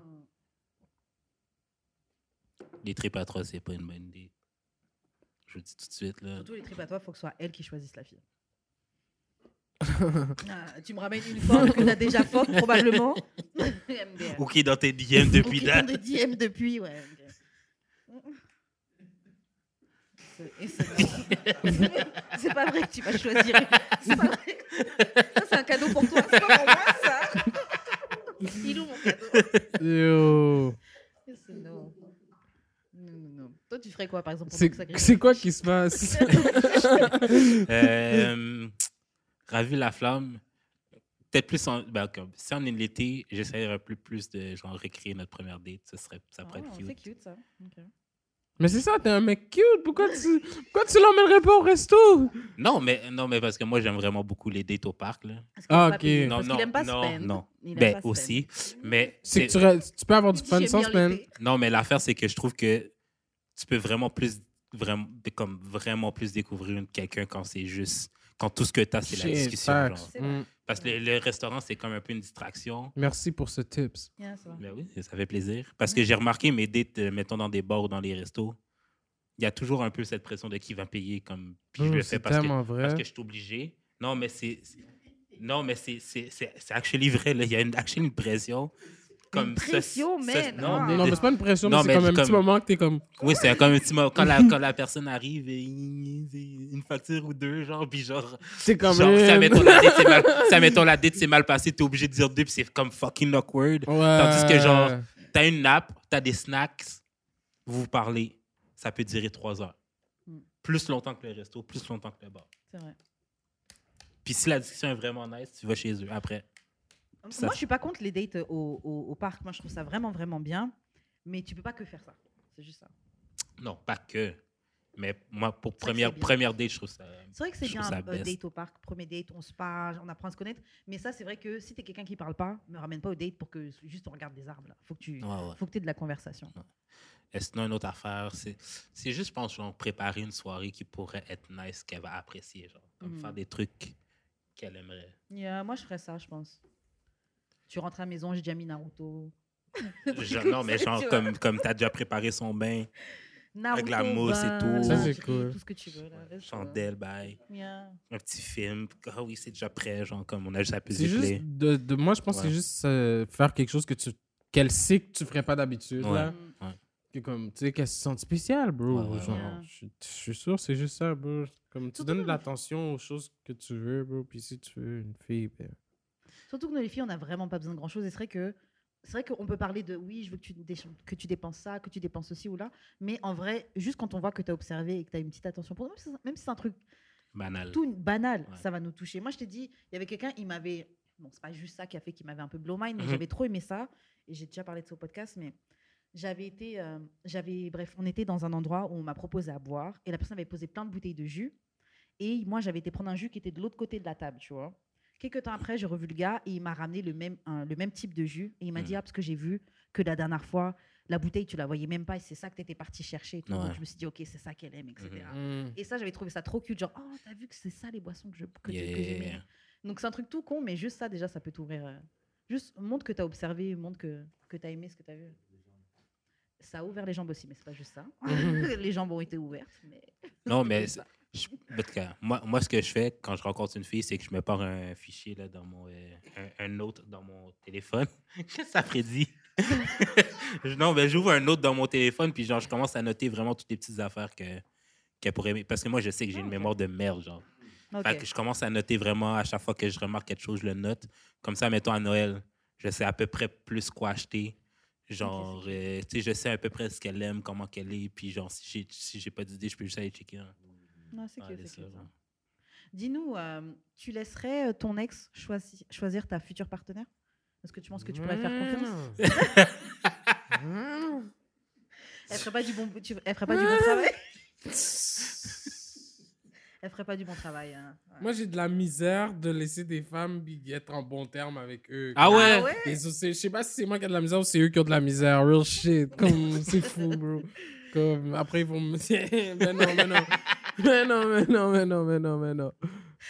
Les tripes atroces, c'est pas une bonne idée. Je vous le dis tout de suite, là. Surtout les tripes à toi, il faut que ce soit elle qui choisisse la fille. Ah, tu me ramènes une forme que tu as déjà forte, probablement. MDR. Ou qui est dans tes DM depuis Ok, là. tant de DM depuis, ouais. ok. C'est- et C'est c'est pas vrai que tu vas choisir. C'est pas vrai. Ça, c'est un cadeau pour toi. C'est pas pour moi, ça. Il ouvre mon cadeau. Yo. C'est Non. Non, non, non. Toi, tu ferais quoi, par exemple, pour C'est que ça grille c'est quoi qui se passe? Euh, Ravi la flamme. Peut-être plus en. Ben, comme, si on est l'été, j'essaierai plus, plus de genre récréer notre première date. Ça, serait, ça pourrait Oh, être C'est cute. cute, ça. Ok. Mais c'est ça, t'es un mec cute. Pourquoi tu, pourquoi tu l'emmènerais pas au resto? Non mais, non, mais parce que moi, j'aime vraiment beaucoup les dates au parc. Là. Parce qu'il aime Ah, pas ok. payer, Non, parce qu'il non, aime pas non, spend. non. Il aime Ben, pas spend. aussi. Mais. C'est que c'est- tu, ra- tu peux avoir Il du dit, fun j'aime sans bien semaine. l'été. Non, mais l'affaire, c'est que je trouve que tu peux vraiment plus, vraiment, comme vraiment plus découvrir une- quelqu'un quand c'est juste. Quand tout ce que tu as, c'est la Shit, discussion. facts. genre. C'est vrai. Mm. Parce que le, le restaurant, c'est comme un peu une distraction. Merci pour ce tips. Yeah, ça va. Mais oui, ça fait plaisir. Parce que j'ai remarqué mes dates, euh, mettons, dans des bars ou dans les restos, il y a toujours un peu cette pression de qui va payer. Comme... Puis je Mm, le fais C'est parce que, tellement parce que vrai. je suis obligé. Non, mais c'est. c'est- Non, mais c'est c'est- c'est- c'est actually vrai. là. Il y a une, actually une pression. Comme Une ça- pression, ça- man. non, Ah. mais- Non, mais c'est pas une pression, Non, mais c'est mais comme un comme- petit moment que t'es comme. Oui, c'est comme un petit moment. Quand la, quand la personne arrive, et il- il- une facture ou deux, genre, puis genre, C'est comme. eh. genre ça, mettons la date, c'est mal, ça, mettons, la date, c'est mal passé, t'es obligé de dire deux, puis c'est comme fucking awkward. Tandis que genre- T'as une nappe, t'as des snacks, vous vous parlez, ça peut durer trois heures. Mm. Plus longtemps que le resto, plus longtemps que le bar. C'est vrai. Puis si la discussion est vraiment nice, tu vas chez eux après. Ça- Moi, je suis pas contre les dates au, au- au parc. Moi, je trouve ça vraiment, vraiment bien. Mais tu peux pas que faire ça. C'est juste ça. Non, pas que. Mais moi, pour Ça, c'est première, bien. première date, je trouve ça. C'est vrai que c'est Je bien trouve ça un best. date au parc, premier date, on se parle, on apprend à se connaître. Mais ça, c'est vrai que si t'es quelqu'un qui parle pas, me ramène pas au date pour que juste on regarde des arbres. Là. Faut que tu, Ouais, ouais. faut que t'aies de la conversation. Et sinon, une autre affaire, c'est c'est juste, je pense, genre, préparer une soirée qui pourrait être nice, qu'elle va apprécier. Genre, comme Mhm. faire des trucs qu'elle aimerait. Yeah, moi, je ferais ça, je pense. Tu rentres à la maison, j'ai déjà mis Naruto. Genre, non, mais Tu genre, vois. comme, comme tu as déjà préparé son bain, Avec la Naruto, mousse et bah, tout. Ça, là, c'est tu- cool. Tout ce que tu veux. là, reste, Chandelle, bye. euh, yeah. Un petit film. Ah oui, c'est déjà prêt. Genre, comme on a juste à C'est peser juste play. de, de- moi je pense que Ouais. c'est juste euh, faire quelque chose que tu qu'elle sait que tu ferais pas d'habitude Ouais. là. Mm. Que comme tu sais qu'elle se sente spéciale, bro. Ouais, ouais, Genre, ouais. je, je suis sûr c'est juste ça, bro. Comme tu Surtout donnes dans de les- l'attention aux choses que tu veux, bro, puis si tu veux une fille, ben, Surtout que nous, les filles, on n'a vraiment pas besoin de grand-chose. Et c'est vrai que. C'est vrai qu'on peut parler de oui, je veux que tu, dé- que tu dépenses ça, que tu dépenses ceci ou là, mais en vrai, juste quand on voit que tu as observé et que tu as une petite attention pour nous, même si c'est- même si c'est un truc Banal. tout banal, Ouais. ça va nous toucher. Moi, je t'ai dit, il y avait quelqu'un, il m'avait. Bon, c'est pas juste ça qui a fait qu'il m'avait un peu blow mind, mais Mhm. j'avais trop aimé ça. Et j'ai déjà parlé de ça au podcast, mais j'avais été. euh, j'avais Bref, on était dans un endroit où on m'a proposé à boire et la personne avait posé plein de bouteilles de jus. Et moi, j'avais été prendre un jus qui était de l'autre côté de la table, tu vois. Quelques temps après, j'ai revu le gars et il m'a ramené le même, un- le même type de jus. Et il m'a dit Mhm. Ah, parce que j'ai vu que la dernière fois, la bouteille, tu la voyais même pas et c'est ça que tu étais parti chercher. Et tout. Donc, Ouais. je me suis dit Ok, c'est ça qu'elle aime, etc. Mhm. Et ça, j'avais trouvé ça trop cute. Genre, oh, t'as vu que c'est ça les boissons que je- que j'ai- que j'aimais. Yeah. Donc, c'est un truc tout con, mais juste ça, déjà, ça peut t'ouvrir. euh, Juste montre que t'as observé, montre que, que t'as aimé ce que t'as vu. Ça a ouvert les jambes aussi, mais c'est pas juste ça. les jambes ont été ouvertes. Mais... Non, mais c'est Je- en tout cas, moi, moi, ce que je fais quand je rencontre une fille, c'est que je me pars un fichier là, dans mon. euh, un, un note dans mon téléphone. Qu'est-ce que ça prédit? Je- non, mais j'ouvre un note dans mon téléphone, puis genre, je commence à noter vraiment toutes les petites affaires que, qu'elle pourrait aimer. Parce que moi, je sais que j'ai Ah, une ok. mémoire de merde, genre. Ok. Fait que je commence à noter vraiment à chaque fois que je remarque quelque chose, je le note. Comme ça, mettons à Noël, je sais à peu près plus quoi acheter. Genre, Ok, c'est euh, tu sais, je sais à peu près ce qu'elle aime, comment qu'elle est. Puis genre, si j'ai, si j'ai pas d'idée, je peux juste aller checker. hein. Non, c'est Ah, cute, allez, c'est ça, cute, ça. genre. Dis-nous, euh, tu laisserais euh, ton ex choisi- choisir ta future partenaire Est-ce que tu penses que tu pourrais faire confiance Mmh. Elle ferait pas du bon, tu- elle ferait pas du bon travail Elle ferait pas du bon travail. hein. Ouais. Moi, j'ai de la misère de laisser des femmes bi- être en bon terme avec eux. Ah ouais? Ah ouais Et ça, c'est- je sais pas si c'est moi qui ai de la misère ou c'est eux qui ont de la misère. Real shit. Comme, c'est fou, bro. Comme, après, ils vont me dire, mais non, mais non. Mais non, mais non, mais non, mais non, mais non.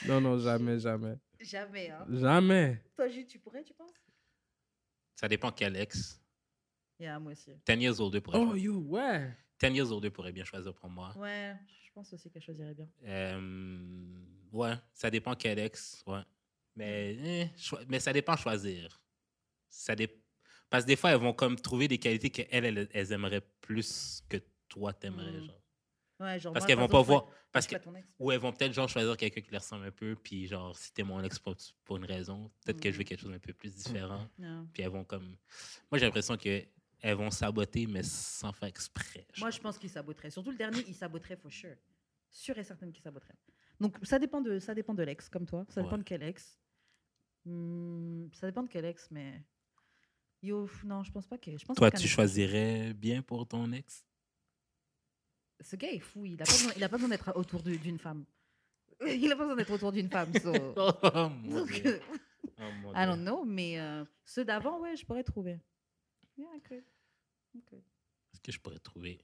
Non, non, jamais, jamais. Jamais. Hein. Jamais. Toi, Ju, tu pourrais, tu penses Ça dépend quel ex. Yeah, moi aussi. 10 years older pourrait, Oh, you, ouais. 10 years older pourrait bien choisir pour moi. Ouais, je pense aussi qu'elle choisirait bien. Euh, ouais, ça dépend quel ex. Ouais. Mais, eh, choi- mais ça dépend choisir. Ça dé- Parce que des fois, elles vont comme trouver des qualités qu'elles elles, elles aimeraient plus que toi t'aimerais. Mm. genre. Ouais, genre Parce moi, qu'elles par vont pas exemple, voir. ouais, Parce je que, suis pas ton ex. ou elles vont peut-être genre choisir quelqu'un qui leur ressemble un peu, puis genre, si t'es mon ex pour, pour une raison, peut-être que je veux Mm. quelque chose d'un peu plus différent. Non. Puis elles vont comme. Moi, j'ai l'impression que elles vont saboter, mais sans faire exprès. Moi, je pense qu'il saboterait. Surtout le dernier, il saboterait for sure. Sûr et certaine qu'il saboterait. Donc, ça dépend de, ça dépend de l'ex, comme toi. Ça dépend Ouais. de quel ex. Hmm, ça dépend de quel ex, mais. Yo, f- non, je pense pas que. Je pense Toi, pas tu qu'un- choisirais bien pour ton ex? Ce gars est fou. Il a pas besoin, il a pas besoin d'être autour de- d'une femme. Il a pas besoin d'être autour d'une femme. so- Oh, mon Donc, Dieu. euh, Oh, mon I don't Dieu. know, mais euh, ceux d'avant, ouais, je pourrais trouver. Yeah, ok. Ok. Est-ce que je pourrais trouver?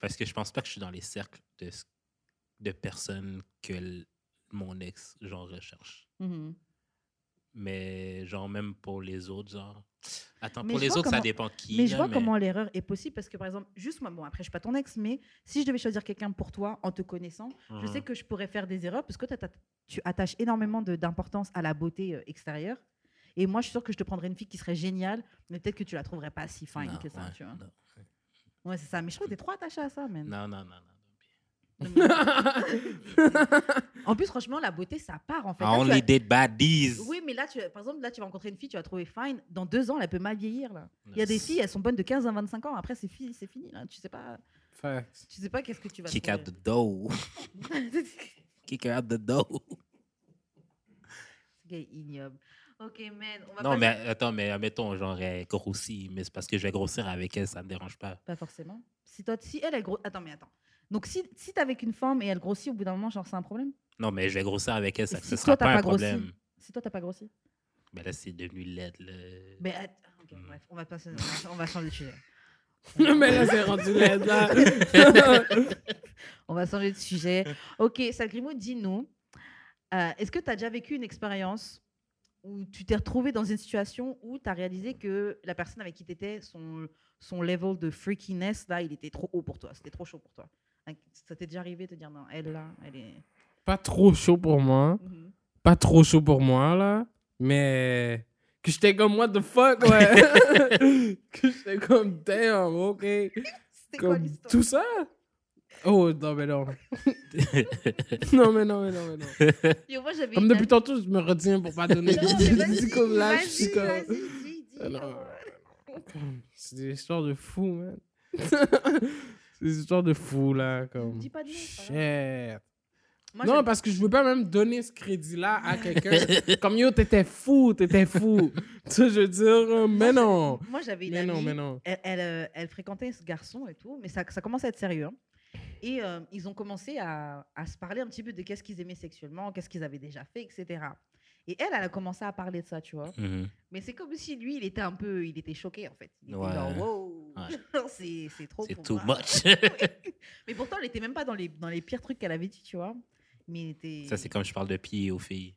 Parce que je pense pas que je suis dans les cercles de, ce- de personnes que l- mon ex, genre, recherche. Mhm. Mais, genre, même pour les autres, genre... Attends, Mais pour je les vois autres, ça comment- dépend qui. hein, Mais je là, vois comment l'erreur est possible parce que, par exemple, juste moi, bon, après, je suis pas ton ex, mais si je devais choisir quelqu'un pour toi en te connaissant, je sais Mhm. que je pourrais faire des erreurs parce que t'atta- tu attaches énormément de- d'importance à la beauté euh, extérieure. Et moi, je suis sûre que je te prendrais une fille qui serait géniale, mais peut-être que tu la trouverais pas si fine Non, que ça, ouais, tu vois. non. Ouais, c'est ça. Mais je trouve que t'es trop attaché à ça, man. Non, non, non, non. En plus, franchement, la beauté, ça part, en fait. I Là, tu as- only date baddies. Oui, mais là, tu, par exemple, là, tu vas rencontrer une fille, tu vas trouver fine. Dans deux ans, elle peut mal vieillir. Là. Il y a des filles, elles sont bonnes de 15 à 25 ans. Après, c'est fini, c'est fini. Là. Tu sais pas, Facts. tu sais pas qu'est-ce que tu vas Kick out trouver. the door. Kick her out the door. Ce gars est ignoble. Ok, man. On va Non, pas... mais attends, mais admettons, genre, elle grossit, mais c'est parce que je vais grossir avec elle, ça me dérange pas. Pas forcément. Si toi, si elle est grosse, attends, mais attends. Donc si, si t'es avec une femme et elle grossit, au bout d'un moment, genre c'est un problème. Non, mais je vais grossir avec elle, ça, si ce toi, sera t'as pas un pas grossi? problème. Si toi t'as pas grossi. Mais là, c'est devenu laide, là. Mais att- ok, Hmm. bref, on va passer, on va- on va changer de sujet. mais là, c'est rendu laid, là. On va changer de sujet. Ok, Salgrimo, dis-nous, euh, est-ce que tu as déjà vécu une expérience où tu t'es retrouvé dans une situation où tu as réalisé que la personne avec qui tu étais, son, son level de freakiness, là, il était trop haut pour toi. C'était trop chaud pour toi. Like, Ça t'est déjà arrivé de te dire non, elle là, elle est. Pas trop chaud pour moi. Mm-hmm. Pas trop chaud pour moi, là. Mais que j'étais comme, what the fuck, ouais. que j'étais comme, damn, ok. C'était quoi Comme l'histoire tout ça. Oh, non, mais non. non, mais non, mais non, mais non. Yo, moi, j'avais Comme une depuis tantôt, je me retiens pour pas donner Non, mais de vas-y, comme là, je suis vas-y, comme. vas-y, dis, dis, Ah, non, comment- comme- C'est des histoires de fous, man. C'est des histoires de fous, là. Comme... Dis pas de nom, c'est pas Shit. Moi, non, j'avais- parce que je veux pas même donner ce crédit-là à quelqu'un. comme yo, t'étais fou, t'étais fou. tu sais, je veux dire, euh, mais non. Moi, j'avais une Mais non, amie, mais non. Elle, elle, euh, elle fréquentait ce garçon et tout, mais ça, ça commence à être sérieux. hein. Et euh, ils ont commencé à, à se parler un petit peu de qu'est-ce qu'ils aimaient sexuellement, qu'est-ce qu'ils avaient déjà fait, etc. Et elle, elle a commencé à parler de ça, tu vois. Mhm. Mais c'est comme si lui, il était un peu, il était choqué en fait. Il Ouais. était genre, wow, Ouais. genre, c'est c'est trop. C'est pour too moi. much. Mais pourtant, elle était même pas dans les, dans les pires trucs qu'elle avait dit, tu vois. Mais il était. Ça, c'est comme je parle de pieds aux filles.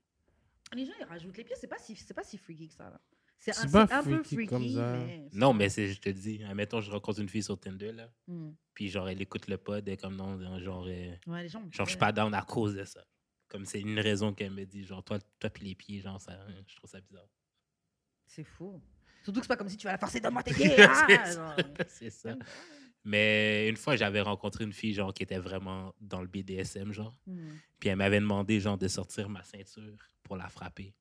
Les gens, ils rajoutent les pieds, c'est pas si, c'est pas si freaky que ça. là. C'est C'est un, pas c'est un peu freaky freaky. comme ça. mais- Non, mais c'est, je te dis, admettons, je rencontre une fille sur Tinder, là, Hmm. puis genre, elle écoute le pod, elle est comme non, non, genre, euh, Ouais, les gens. genre, je suis pas down à cause de ça. Comme c'est une raison qu'elle me dit, genre, toi, toi puis les pieds, genre, ça, euh, je trouve ça bizarre. C'est fou. Surtout que c'est pas comme si tu vas la forcer, donne-moi tes pieds. ah, C'est ça. genre. c'est ça. Mais une fois, j'avais rencontré une fille, genre, qui était vraiment dans le BDSM, genre, Hmm. puis elle m'avait demandé, genre, de sortir ma ceinture pour la frapper.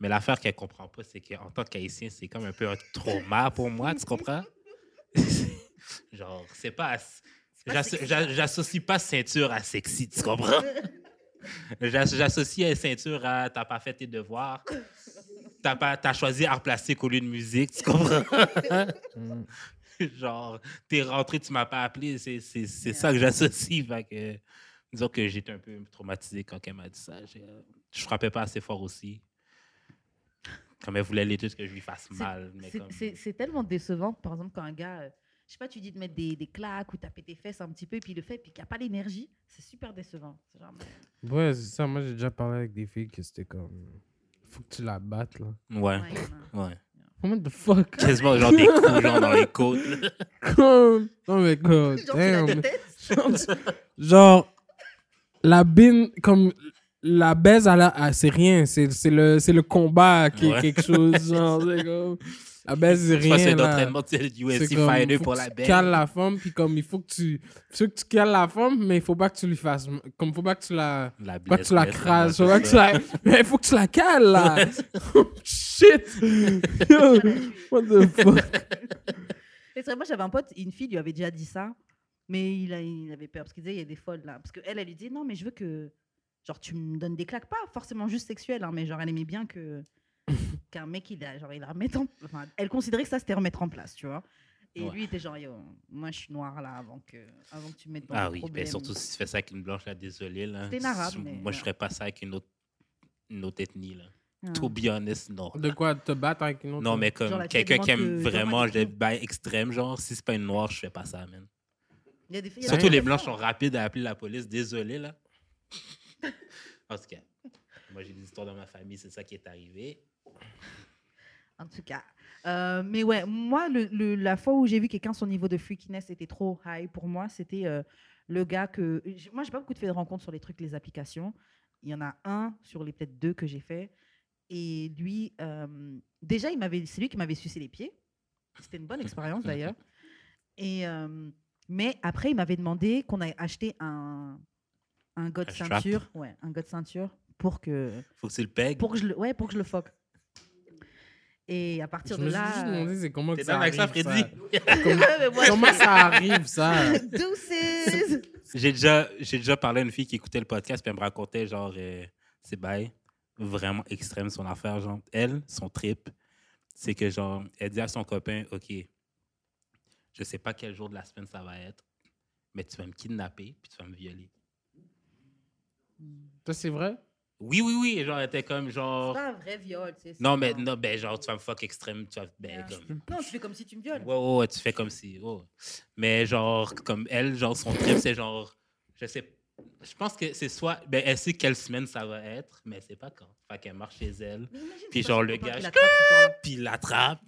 Mais l'affaire qu'elle comprend pas, c'est qu'en tant qu'haïtien, c'est comme un peu un trauma pour moi, tu comprends? genre, c'est pas. ass- pas j'asso- sexy. j'a- J'associe pas ceinture à sexy, tu comprends? J'as- J'associe ceinture à t'as pas fait tes devoirs, t'as pas- t'as choisi art plastique au lieu de musique, tu comprends? Mm. genre, t'es rentré, tu m'as pas appelé, c'est c'est- c'est ça que j'associe. Fait que, disons que j'étais un peu traumatisé quand elle m'a dit ça. J'ai, euh, Je frappais pas assez fort aussi. Comme elle voulait les deux que je lui fasse C'est- mal. Mais C'est- comme- C'est c'est tellement décevant, par exemple, quand un gars, euh, je sais pas, tu dis de mettre des, des claques ou taper tes fesses un petit peu, et puis il le fait, puis qu'il n'y a pas l'énergie, c'est super décevant. C'est genre, Ouais, c'est ça. Moi, j'ai déjà parlé avec des filles que c'était comme. Faut que tu la battes, là. Ouais, ouais, non. ouais. Comment the fuck? Quasiment genre des coups genre dans les côtes. là. Comme. Non, mais comme. Genre, tu la damn. détestes Genre, tu- genre, la bine, comme la baise, à la, à- c'est rien. C'est c'est le, c'est le combat qui Ouais. est quelque chose. Genre, c'est comme, la baise, c'est Tu passes rien. un là. entraînement, tu sais, du UFC C'est comme, Fighter faut pour que la tu belle. cales la femme, puis comme il faut que tu, faut que tu cales la femme, mais il faut pas que tu lui fasses, comme faut pas que tu la, La faut pas que blesse, tu la blesse, crases, faut ouais, pas que c'est tu ça. la, mais faut que tu la cales là. Oh, Shit. Yo, Voilà, tu- What the fuck. Et c'est vrai, moi j'avais un pote, une fille lui avait déjà dit ça, mais il, a- il avait peur parce qu'il disait il y a des folles là. Parce qu'elle, elle lui dit non, mais je veux que. Genre, tu me donnes des claques, pas forcément juste sexuelles, hein, mais genre, elle aimait bien que qu'un mec, il la, genre, il la remette en. Enfin, elle considérait que ça, c'était remettre en place, tu vois. Et Ouais. lui, il était genre, Yo, moi, je suis noire là avant que, avant que tu me mettes dans Ah le oui, problème. ben surtout si tu fais ça avec une blanche, là, désolé. Là. C'est une arabe, Si- mais Moi, je ouais. ferais pas ça avec une autre, une autre ethnie. Là. Hein. To be honest, non. De quoi te battre avec une autre? Non, mais Genre, comme là, tu quelqu'un demandes qui aime que- donne-moi vraiment des des coups. bails extrêmes, genre, si c'est pas une noire, je fais pas ça, man. Il y a des filles, il y a Surtout des les filles blanches qui font. sont rapides à appeler la police, désolé, là. en tout cas, moi, j'ai des histoires dans ma famille, c'est ça qui est arrivé. En tout cas. Euh, mais ouais, moi, le, le- la fois où j'ai vu quelqu'un, son niveau de freakiness était trop high pour moi, c'était euh, le gars que. j'- Moi, j'ai pas beaucoup de fait de rencontres sur les trucs, les applications. Il y en a un sur les peut-être deux que j'ai fait. Et lui, euh, déjà, il m'avait, c'est lui qui m'avait sucé les pieds. C'était une bonne expérience d'ailleurs. Et, euh, mais après, il m'avait demandé qu'on ait acheté un, un god Un strap. ceinture. Ouais, un god ceinture pour que, Faut que tu le pegues. pour que je le, ouais, pour que je le foque. Et à partir Je de me suis là. juste demandé, c'est comment T'es que dans ça l'accent, arrive, Freddy. ça. Ouais, mais moi, Comment ça arrive, ça? je- Deuces J'ai déjà, j'ai déjà parlé à une fille qui écoutait le podcast, puis elle me racontait, genre, euh, ses bails vraiment extrêmes, son affaire. Genre, elle, son trip, c'est que, genre, elle dit à son copain, OK, je sais pas quel jour de la semaine ça va être, mais tu vas me kidnapper, puis tu vas me violer. Ça, c'est vrai? Oui, oui, oui. Genre, elle était comme, C'est genre, pas un vrai viol, tu sais. c'est non, mais, pas- non, ben, genre, tu vas me fuck extrême, tu vas, ben, Ouais. comme, Non, tu fais comme si tu me violes. Ouais, ouais, ouais, tu fais comme si. ouais. Mais genre, comme elle, genre, son trip, c'est genre, je sais, Je pense que c'est soit. Ben, elle sait quelle semaine ça va être, mais elle sait pas quand. Fait qu'elle marche chez elle, puis genre le gars, puis il l'attrape,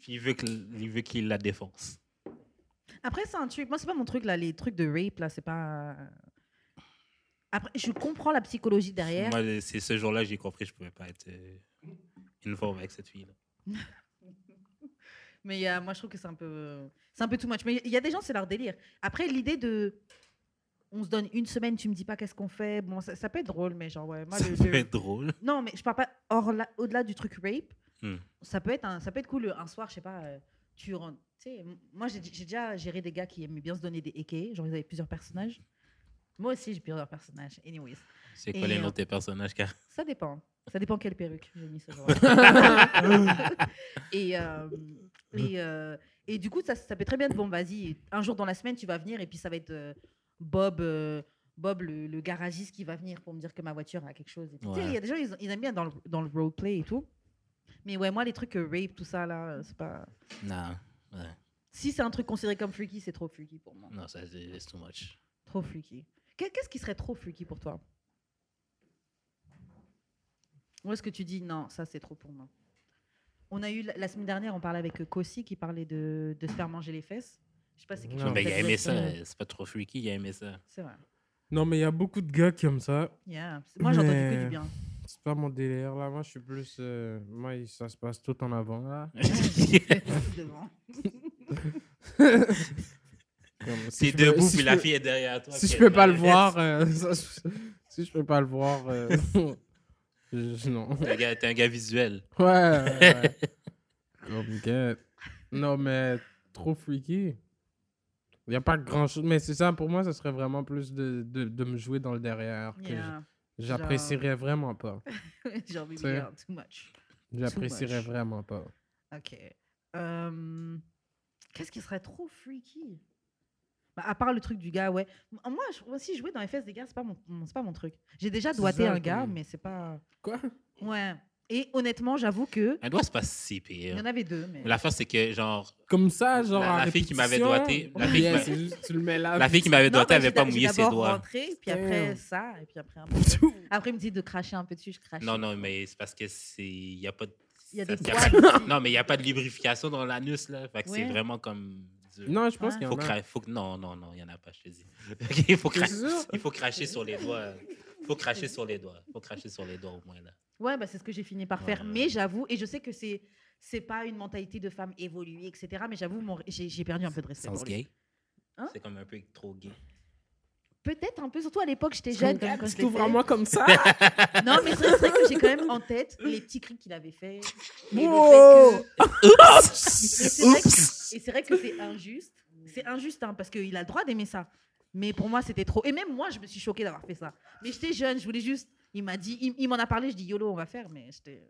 puis il veut que- il veut qu'il la défonce. Après, c'est un truc. Moi, c'est pas mon truc, là. Les trucs de rape, là, c'est pas. Après, je comprends la psychologie derrière. Moi, le- c'est ce jour-là que j'ai compris que je pouvais pas être euh, une forme avec cette fille-là. Mais il y a- moi, je trouve que c'est un peu, c'est un peu too much. Mais il y a des gens, c'est leur délire. Après, l'idée de, on se donne une semaine, tu me dis pas qu'est-ce qu'on fait. Bon, ça, ça peut être drôle, mais genre ouais. Moi, Ça le- peut le- être drôle. Non, mais je parle pas hors la- au-delà du truc rape. Hmm. Ça peut être, un, ça peut être cool. Un soir, je sais pas, euh, tu rentres. Tu sais, m- moi, j'ai j'ai déjà géré des gars qui aimaient bien se donner des équés. Genre, ils avaient plusieurs personnages. Moi aussi, j'ai plusieurs personnages. Anyways. C'est Et, quoi les euh, noms de tes personnages, car Ça dépend. Ça dépend quelle perruque j'ai mis ce jour-là. et, euh, et, euh, et du coup, ça, ça peut très bien être bon, vas-y, un jour dans la semaine, tu vas venir et puis ça va être euh, Bob, euh, Bob le, le garagiste qui va venir pour me dire que ma voiture a quelque chose. Et puis, tu sais, Ouais. Il y a des gens, ils, ils aiment bien dans le, dans le roleplay et tout. Mais ouais, moi, les trucs euh, rape, tout ça, là, euh, c'est pas. Non, ouais. Si c'est un truc considéré comme freaky, c'est trop freaky pour moi. non, ça c'est c'est too much. Trop freaky. Qu'est- Qu'est-ce qui serait trop freaky pour toi Où est-ce que tu dis non, ça c'est trop pour moi On a eu la la semaine dernière, on parlait avec Kossi qui parlait de, de se faire manger les fesses. Je sais pas si c'est quelque Non, chose mais il peut-être a que vous aimé êtes- ça, c'est pas trop freaky, il a aimé ça. C'est vrai. Non, mais il y a beaucoup de gars qui aiment ça. Yeah. Moi j'entends que du Mais- bien. C'est pas mon délire, là. Moi, je suis plus... euh, moi, il- ça se passe tout en avant, là. Devant. Comme, si T'es je peux- debout, si puis je la peux- fille est derrière toi. Si puis je elle peux pas le te- voir... euh, ça, je- si je peux pas le voir... euh, je- je- non. T'es un gars- t'es un gars visuel. Ouais, ouais. ouais. Comme que- Non, mais trop freaky. Il n'y a pas grand chose. Mais c'est ça, pour moi, ça serait vraiment plus de, de, de me jouer dans le derrière. que Yeah. j- J'apprécierais vraiment pas. Genre, baby C'est- girl, too much. J'apprécierais much. vraiment pas. Ok. Euh, Qu'est-ce qui serait trop freaky Bah, À part le truc du gars, ouais. M- Moi, je- moi aussi, jouer dans les fesses des gars, c'est pas mon, mon- c'est pas mon truc. J'ai déjà C'est doigté ça, un gars, comme- mais c'est pas. Quoi Ouais. Et honnêtement, j'avoue que Un doigt, c'est pas si il y pire. en avait deux, mais L'affaire, c'est que, genre, Comme ça, genre. La- en la fille qui m'avait répétition, doigté, la fille qui yeah, m'a- c'est juste, tu le mets là. la fille qui m'avait Non, doigté bah, avait j'ai pas d'a- j'ai mouillé ses d'abord doigts. rentré, puis Damn. après ça, et puis après un peu. Après, il me dit de cracher un peu dessus, je crache. Non, non, mais c'est parce que c'est. Il n'y a pas de. Il y a ça- des y poils pas- ici. Non, mais il n'y a pas de lubrification dans l'anus, là. Fait que c'est Ouais. vraiment comme. dur. Non, je pense Ouais. qu'il y Faut en a. cra- faut que- Non, non, non, il n'y en a pas, je te dis. il, faut cra- C'est sûr? il faut cracher sur les doigts. Il faut cracher sur les doigts. Il faut cracher sur les doigts, au moins, là. Ouais, bah, c'est ce que j'ai fini par Ouais, faire. ouais, ouais. Mais j'avoue, et je sais que c'est c'est pas une mentalité de femme évoluée, etc. Mais j'avoue, mon- j'ai j'ai perdu un peu de respect. Sens pour lui. gay. Hein? C'est comme un peu trop gay. Peut-être un peu, surtout à l'époque, j'étais jeune. quand- quand je Tu l'ai t'ouvres à fait. moi comme ça. Non, mais c'est vrai que j'ai quand même en tête les petits cris qu'il avait fait. et le fait Wow. que- Et c'est vrai que- Oups! et c'est vrai que c'est injuste. C'est injuste, hein, parce qu'il a le droit d'aimer ça. Mais pour moi, c'était trop. Et même moi, je me suis choquée d'avoir fait ça. Mais j'étais jeune, je voulais juste. Il m'a dit, il, il m'en a parlé, je dis YOLO, on va faire, mais j'étais.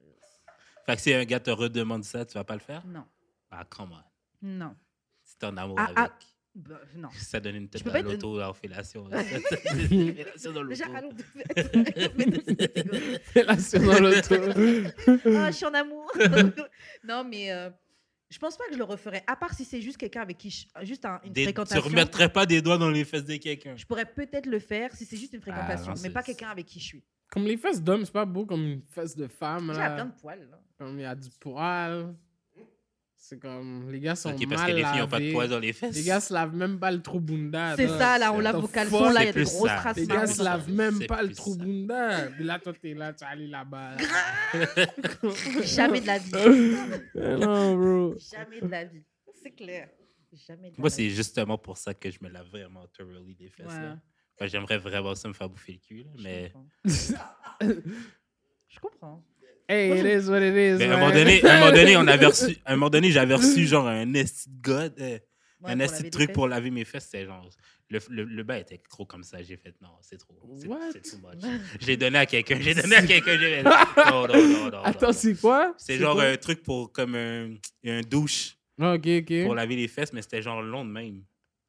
Fait que si un gars te redemande ça, tu vas pas le faire? Non, Ah, comment? non. Si t'es en amour Ah, ah. avec. Bah, non. Ça donne une Je tête peux à pas être- l'auto, là, en fellation. Ça donne une fellation dans l'auto. Déjà, allons. mettons cette catégorie. Fellation dans l'auto. Ah, je suis en amour. non, mais euh, je pense pas que je le referais. À part si c'est juste quelqu'un avec qui. je- juste un- une Des- Tu fréquentation. remettrais pas des doigts dans les fesses de quelqu'un. Je pourrais peut-être le faire si c'est juste une fréquentation, Ah, non, mais c'est- pas quelqu'un avec qui je suis. Comme les fesses d'homme, c'est pas beau comme une fesse de femme. J'ai là. plein de poils. là. Comme il y a du poil. C'est comme. Les gars sont Ok, parce que mal les filles lavés. n'ont pas de poils dans les fesses. Les gars se lavent même pas le trou bunda. C'est là. ça, là, on Ah, c'est- lave t'en au fous, caleçon, là, il y a c'est des plus grosses ça. traces Les C'est gars marron. se ça. lavent même C'est pas le plus trou ça. bunda. Puis là, toi, t'es là, tu es allé là-bas. là. Jamais de la vie. Eh non, bro. Jamais de la vie. C'est clair. Jamais de la Moi, vie. c'est justement pour ça que je me lave vraiment thoroughly les fesses. Ouais, là. Enfin, J'aimerais vraiment ça me faire bouffer le cul, là, je mais... comprends. Je comprends. hey, it is what it is. Mais à un man. moment donné, à un moment donné, on avait reçu, à un moment donné, j'avais reçu genre un esti de god, euh, Ouais, un pour esti laver de des truc fesses. pour laver mes fesses, c'est genre le, le, le bain était trop comme ça, j'ai fait non, c'est trop, c'est What? c'est too much. Je l'ai donné à quelqu'un, j'ai donné à quelqu'un, j'ai fait non, non, non, non, non. Attends, non. c'est quoi? C'est genre quoi? un truc pour comme un, un douche Ah, ok, ok. pour laver les fesses, mais c'était genre long de même.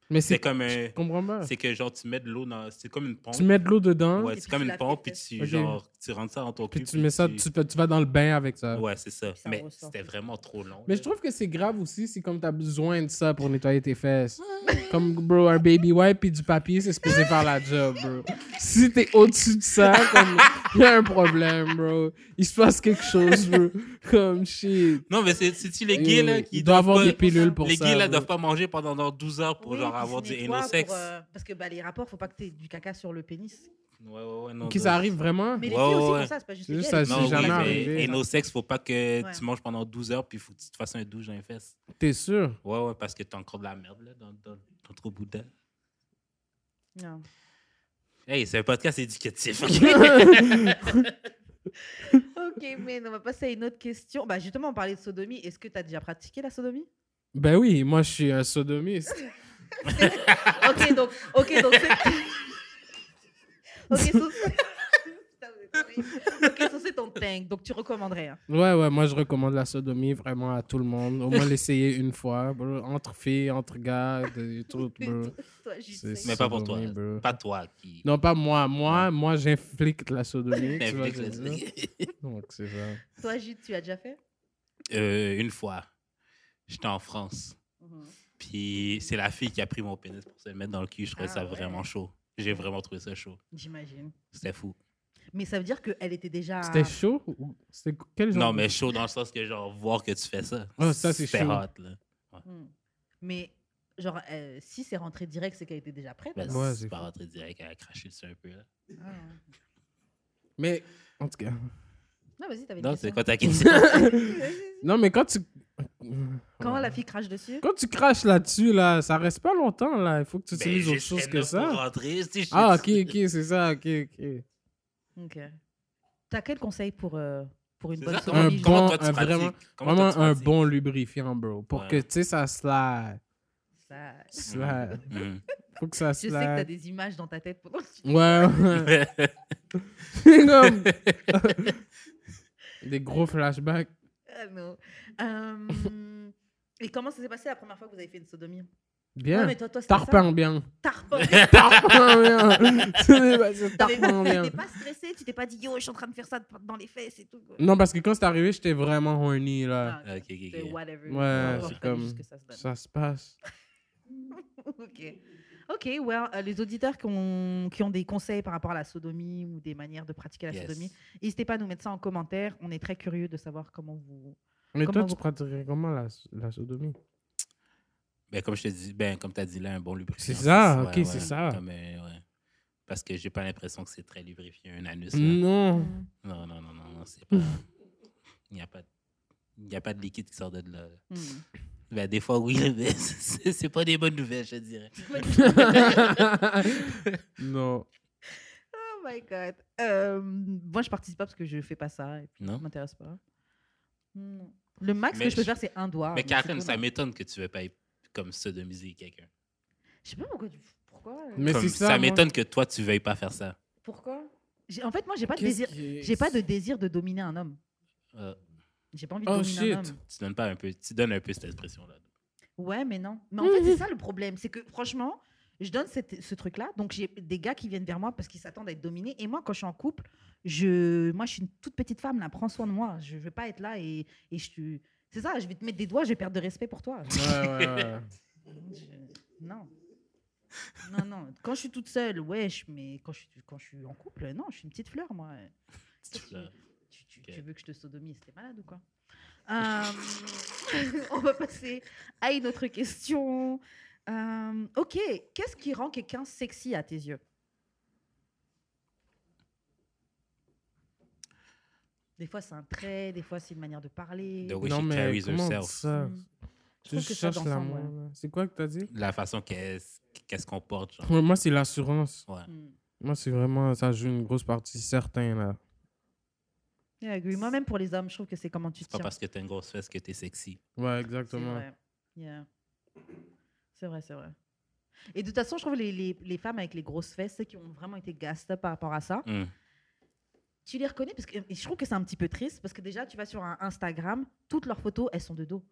Mais C'est comme un. Je comprends pas. C'est que genre, tu mets de l'eau dans. C'est comme une pompe. Tu mets de l'eau dedans, Et Ouais, c'est puis comme tu une la pompe, puis fais- tu, Ok. genre, tu rentres ça dans ton cul. puis tu mets ça, tu, fais- tu vas dans le bain avec ça. Ouais, c'est ça. Puis ça Mais ressort. c'était vraiment trop long. Mais je trouve que c'est grave aussi si comme t'as besoin de ça pour nettoyer tes fesses. comme, bro, un baby wipe puis du papier, c'est supposé faire la job, bro. Si t'es au-dessus de ça, comme, y a un problème, bro. Il se passe quelque chose, bro. Comme, shit. Non, mais c'est- c'est-tu les gays, là, qui Il doit doivent avoir des pas... pilules pour Les ça. gays, là, bro. doivent pas manger pendant genre 12 heures pour, Oui, genre, puis avoir tu du nettoies pour, anal-sex. euh, parce que bah, les rapports, faut pas que tu aies du caca sur le pénis. Ouais, ouais, ouais, non. Ok, doit- ça arrive vraiment? Mais les Ouais, filles ouais, aussi ouais. font ça, c'est pas juste C'est les juste gays, ça, les Non, c'est filles. jamais oui, mais arrivé. Et nos sexes, faut pas que Ouais. tu manges pendant 12 heures puis faut que tu te fasses un douche dans les fesses. T'es sûr? Ouais, ouais, parce que t'as encore de la merde là, dans, dans, dans ton boudin. Non. Hey, c'est un podcast éducatif. Ok, mais on va passer à une autre question. Bah, justement, on parlait de sodomie. Est-ce que tu as déjà pratiqué la sodomie Ben oui, moi, je suis un sodomiste. Ok, donc, ok, donc c'est. ok, so- Putain, vous êtes horrible. Ok, so c'est ton tank, donc tu recommanderais. hein. Ouais, ouais, moi je recommande la sodomie vraiment à tout le monde. Au moins l'essayer une fois, bro. Entre filles, entre gars, de, tout, bro. Toi, Gilles, C'est- c'est- Mais pas pour toi. Sodomie, bro. Pas toi qui. Non, pas moi. Moi, moi j'inflicte la sodomie. tu vois, Netflix, c'est ça. Netflix. Donc c'est ça. Toi, Gilles, tu as déjà fait Euh, une fois, j'étais en France. Puis c'est la fille qui a pris mon pénis pour se le mettre dans le cul. Je trouvais Ah ça ouais. vraiment chaud. J'ai vraiment trouvé ça chaud. J'imagine. C'était fou. Mais ça veut dire qu'elle était déjà. C'était chaud ou- C'était quel genre Non, de- mais chaud dans le sens que, genre, voir que tu fais ça. Ah, ça, c'est C'était chaud. hot, là. Hmm. Mhm. Mais, genre, euh, si c'est rentré direct, c'est qu'elle était déjà prête. Mais alors. Ouais, Ben, c'est c'est pas rentré direct, elle a craché dessus un peu, là. Ah. Mais, en tout cas. Non, vas-y, t'avais une Non, question. c'est quoi ta question? Non, mais quand tu. Quand Ouais. la fille crache dessus Quand tu craches là-dessus, là, ça reste pas longtemps, là. Il faut que tu Ben, utilises autre juste chose que elle ça. Pour rentrer, si je- Ah, ok, ok, c'est ça, ok, ok. Ok. T'as quel conseil pour, euh, pour une C'est bonne ça, Un sodomie bon- toi, tu un pratiques? vraiment- Comment toi, Vraiment tu un pratiques? bon lubrifiant, bro. Pour Ouais. que, tu sais, ça slide. Ça- Slide. Mhm. Faut que ça Je sais slide. que t'as des images dans ta tête pendant que tu- Ouais, ouais. C'est comme- Des gros flashbacks. Ah, non. Euh, Et comment ça s'est passé la première fois que vous avez fait une sodomie Bien. Non, mais toi, toi, c'était ça. Tarpin bien. Tarpin. Tarpin bien. C'est pas- c'est T'avais- Tarpin bien. T'étais pas stressé, tu t'es pas dit yo, je suis en train de faire ça dans les fesses et tout. quoi. Non, parce que quand c'est arrivé, j'étais vraiment horny, là. Ah, Ok, ok, c'est ok. whatever. Ouais, On va c'est falloir comme- juste que ça se donne. Ça se passe. ok. Ok, well, euh, les auditeurs qui ont, qui ont des conseils par rapport à la sodomie ou des manières de pratiquer la Yes. sodomie, n'hésitez pas à nous mettre ça en commentaire. On est très curieux de savoir comment vous. Mais Comment toi, tu vous- pratiquerais comment la, la sodomie Ben, comme je te dis, ben, comme t'as dit là, un bon lubrifiant. C'est ça, ouais, ok, c'est ouais, ça. comme, euh, ouais. Parce que j'ai pas l'impression que c'est très lubrifié, un anus. là. Non. Non, non, non, non, non, c'est pas. Mm. Il n'y a pas de. Il n'y a pas de liquide qui sort de là. Hmm. Ben, des fois, oui, mais c'est c'est pas des bonnes nouvelles, je te dirais. Ah, non. Oh my god. Euh, moi, je participe pas parce que je fais pas ça et puis Non? ça m'intéresse pas. Non. Le max que Mais je peux je- faire, c'est un doigt. mais c'est Karen, tout, ça non. m'étonne que tu veux pas comme sodomiser quelqu'un. Je sais pas pourquoi. tu- Pourquoi euh, Mais Comme, c'est ça ça, moi. m'étonne que toi, tu veuilles pas faire ça. Pourquoi J'ai- En fait, moi, j'ai pas de Qu'est-ce désir. qui est- J'ai pas de désir de dominer un homme. Euh, J'ai pas envie de Oh dominer un shit. homme. tu donnes pas un peu, tu donnes un peu cette expression-là. Ouais, mais non. Mais en fait, c'est ça le problème. C'est que franchement, je donne cette- ce truc-là. Donc, j'ai des gars qui viennent vers moi parce qu'ils s'attendent à être dominés. Et moi, quand je suis en couple, je... moi, je suis une toute petite femme. Là, prends soin de moi. Je veux pas être là et, et je te- C'est ça, je vais te mettre des doigts, je vais perdre de respect pour toi. Ouais, ouais, ouais. Mmh, Je- Non. Non, non. Quand je suis toute seule, wesh, mais quand je, suis- quand je suis en couple, non, je suis une petite fleur, moi. Toi, tu- fleur. Tu, tu- Ok. tu veux que je te sodomise T'es malade ou quoi Euh, On va passer à une autre question. Euh, ok, qu'est-ce qui rend quelqu'un sexy à tes yeux Des fois, c'est un trait, des fois, c'est une manière de parler. The way non, she mais carries comment on dit herself. ça Mm. Je Tu trouve que ça cherches danse en l'amour. moi. là. C'est quoi que t'as dit La façon qu'elle- qu'est-ce qu'on porte, genre. Ouais, Moi, c'est l'assurance. Ouais. Hmm. Moi, c'est vraiment... Ça joue une grosse partie, certain, là. Yeah, I agree. Moi-même, pour les hommes, je trouve que c'est comment tu C'est te pas tiens. parce que t'as une grosse fesse que t'es sexy. Ouais, C'est exactement. vrai. Yeah. C'est vrai, c'est vrai. Et de toute façon, je trouve les, les, les femmes avec les grosses fesses celles qui ont vraiment été gassées par rapport à ça, Hmm. tu les reconnais parce que et je trouve que c'est un petit peu triste parce que déjà, tu vas sur un Instagram, toutes leurs photos, elles sont de dos.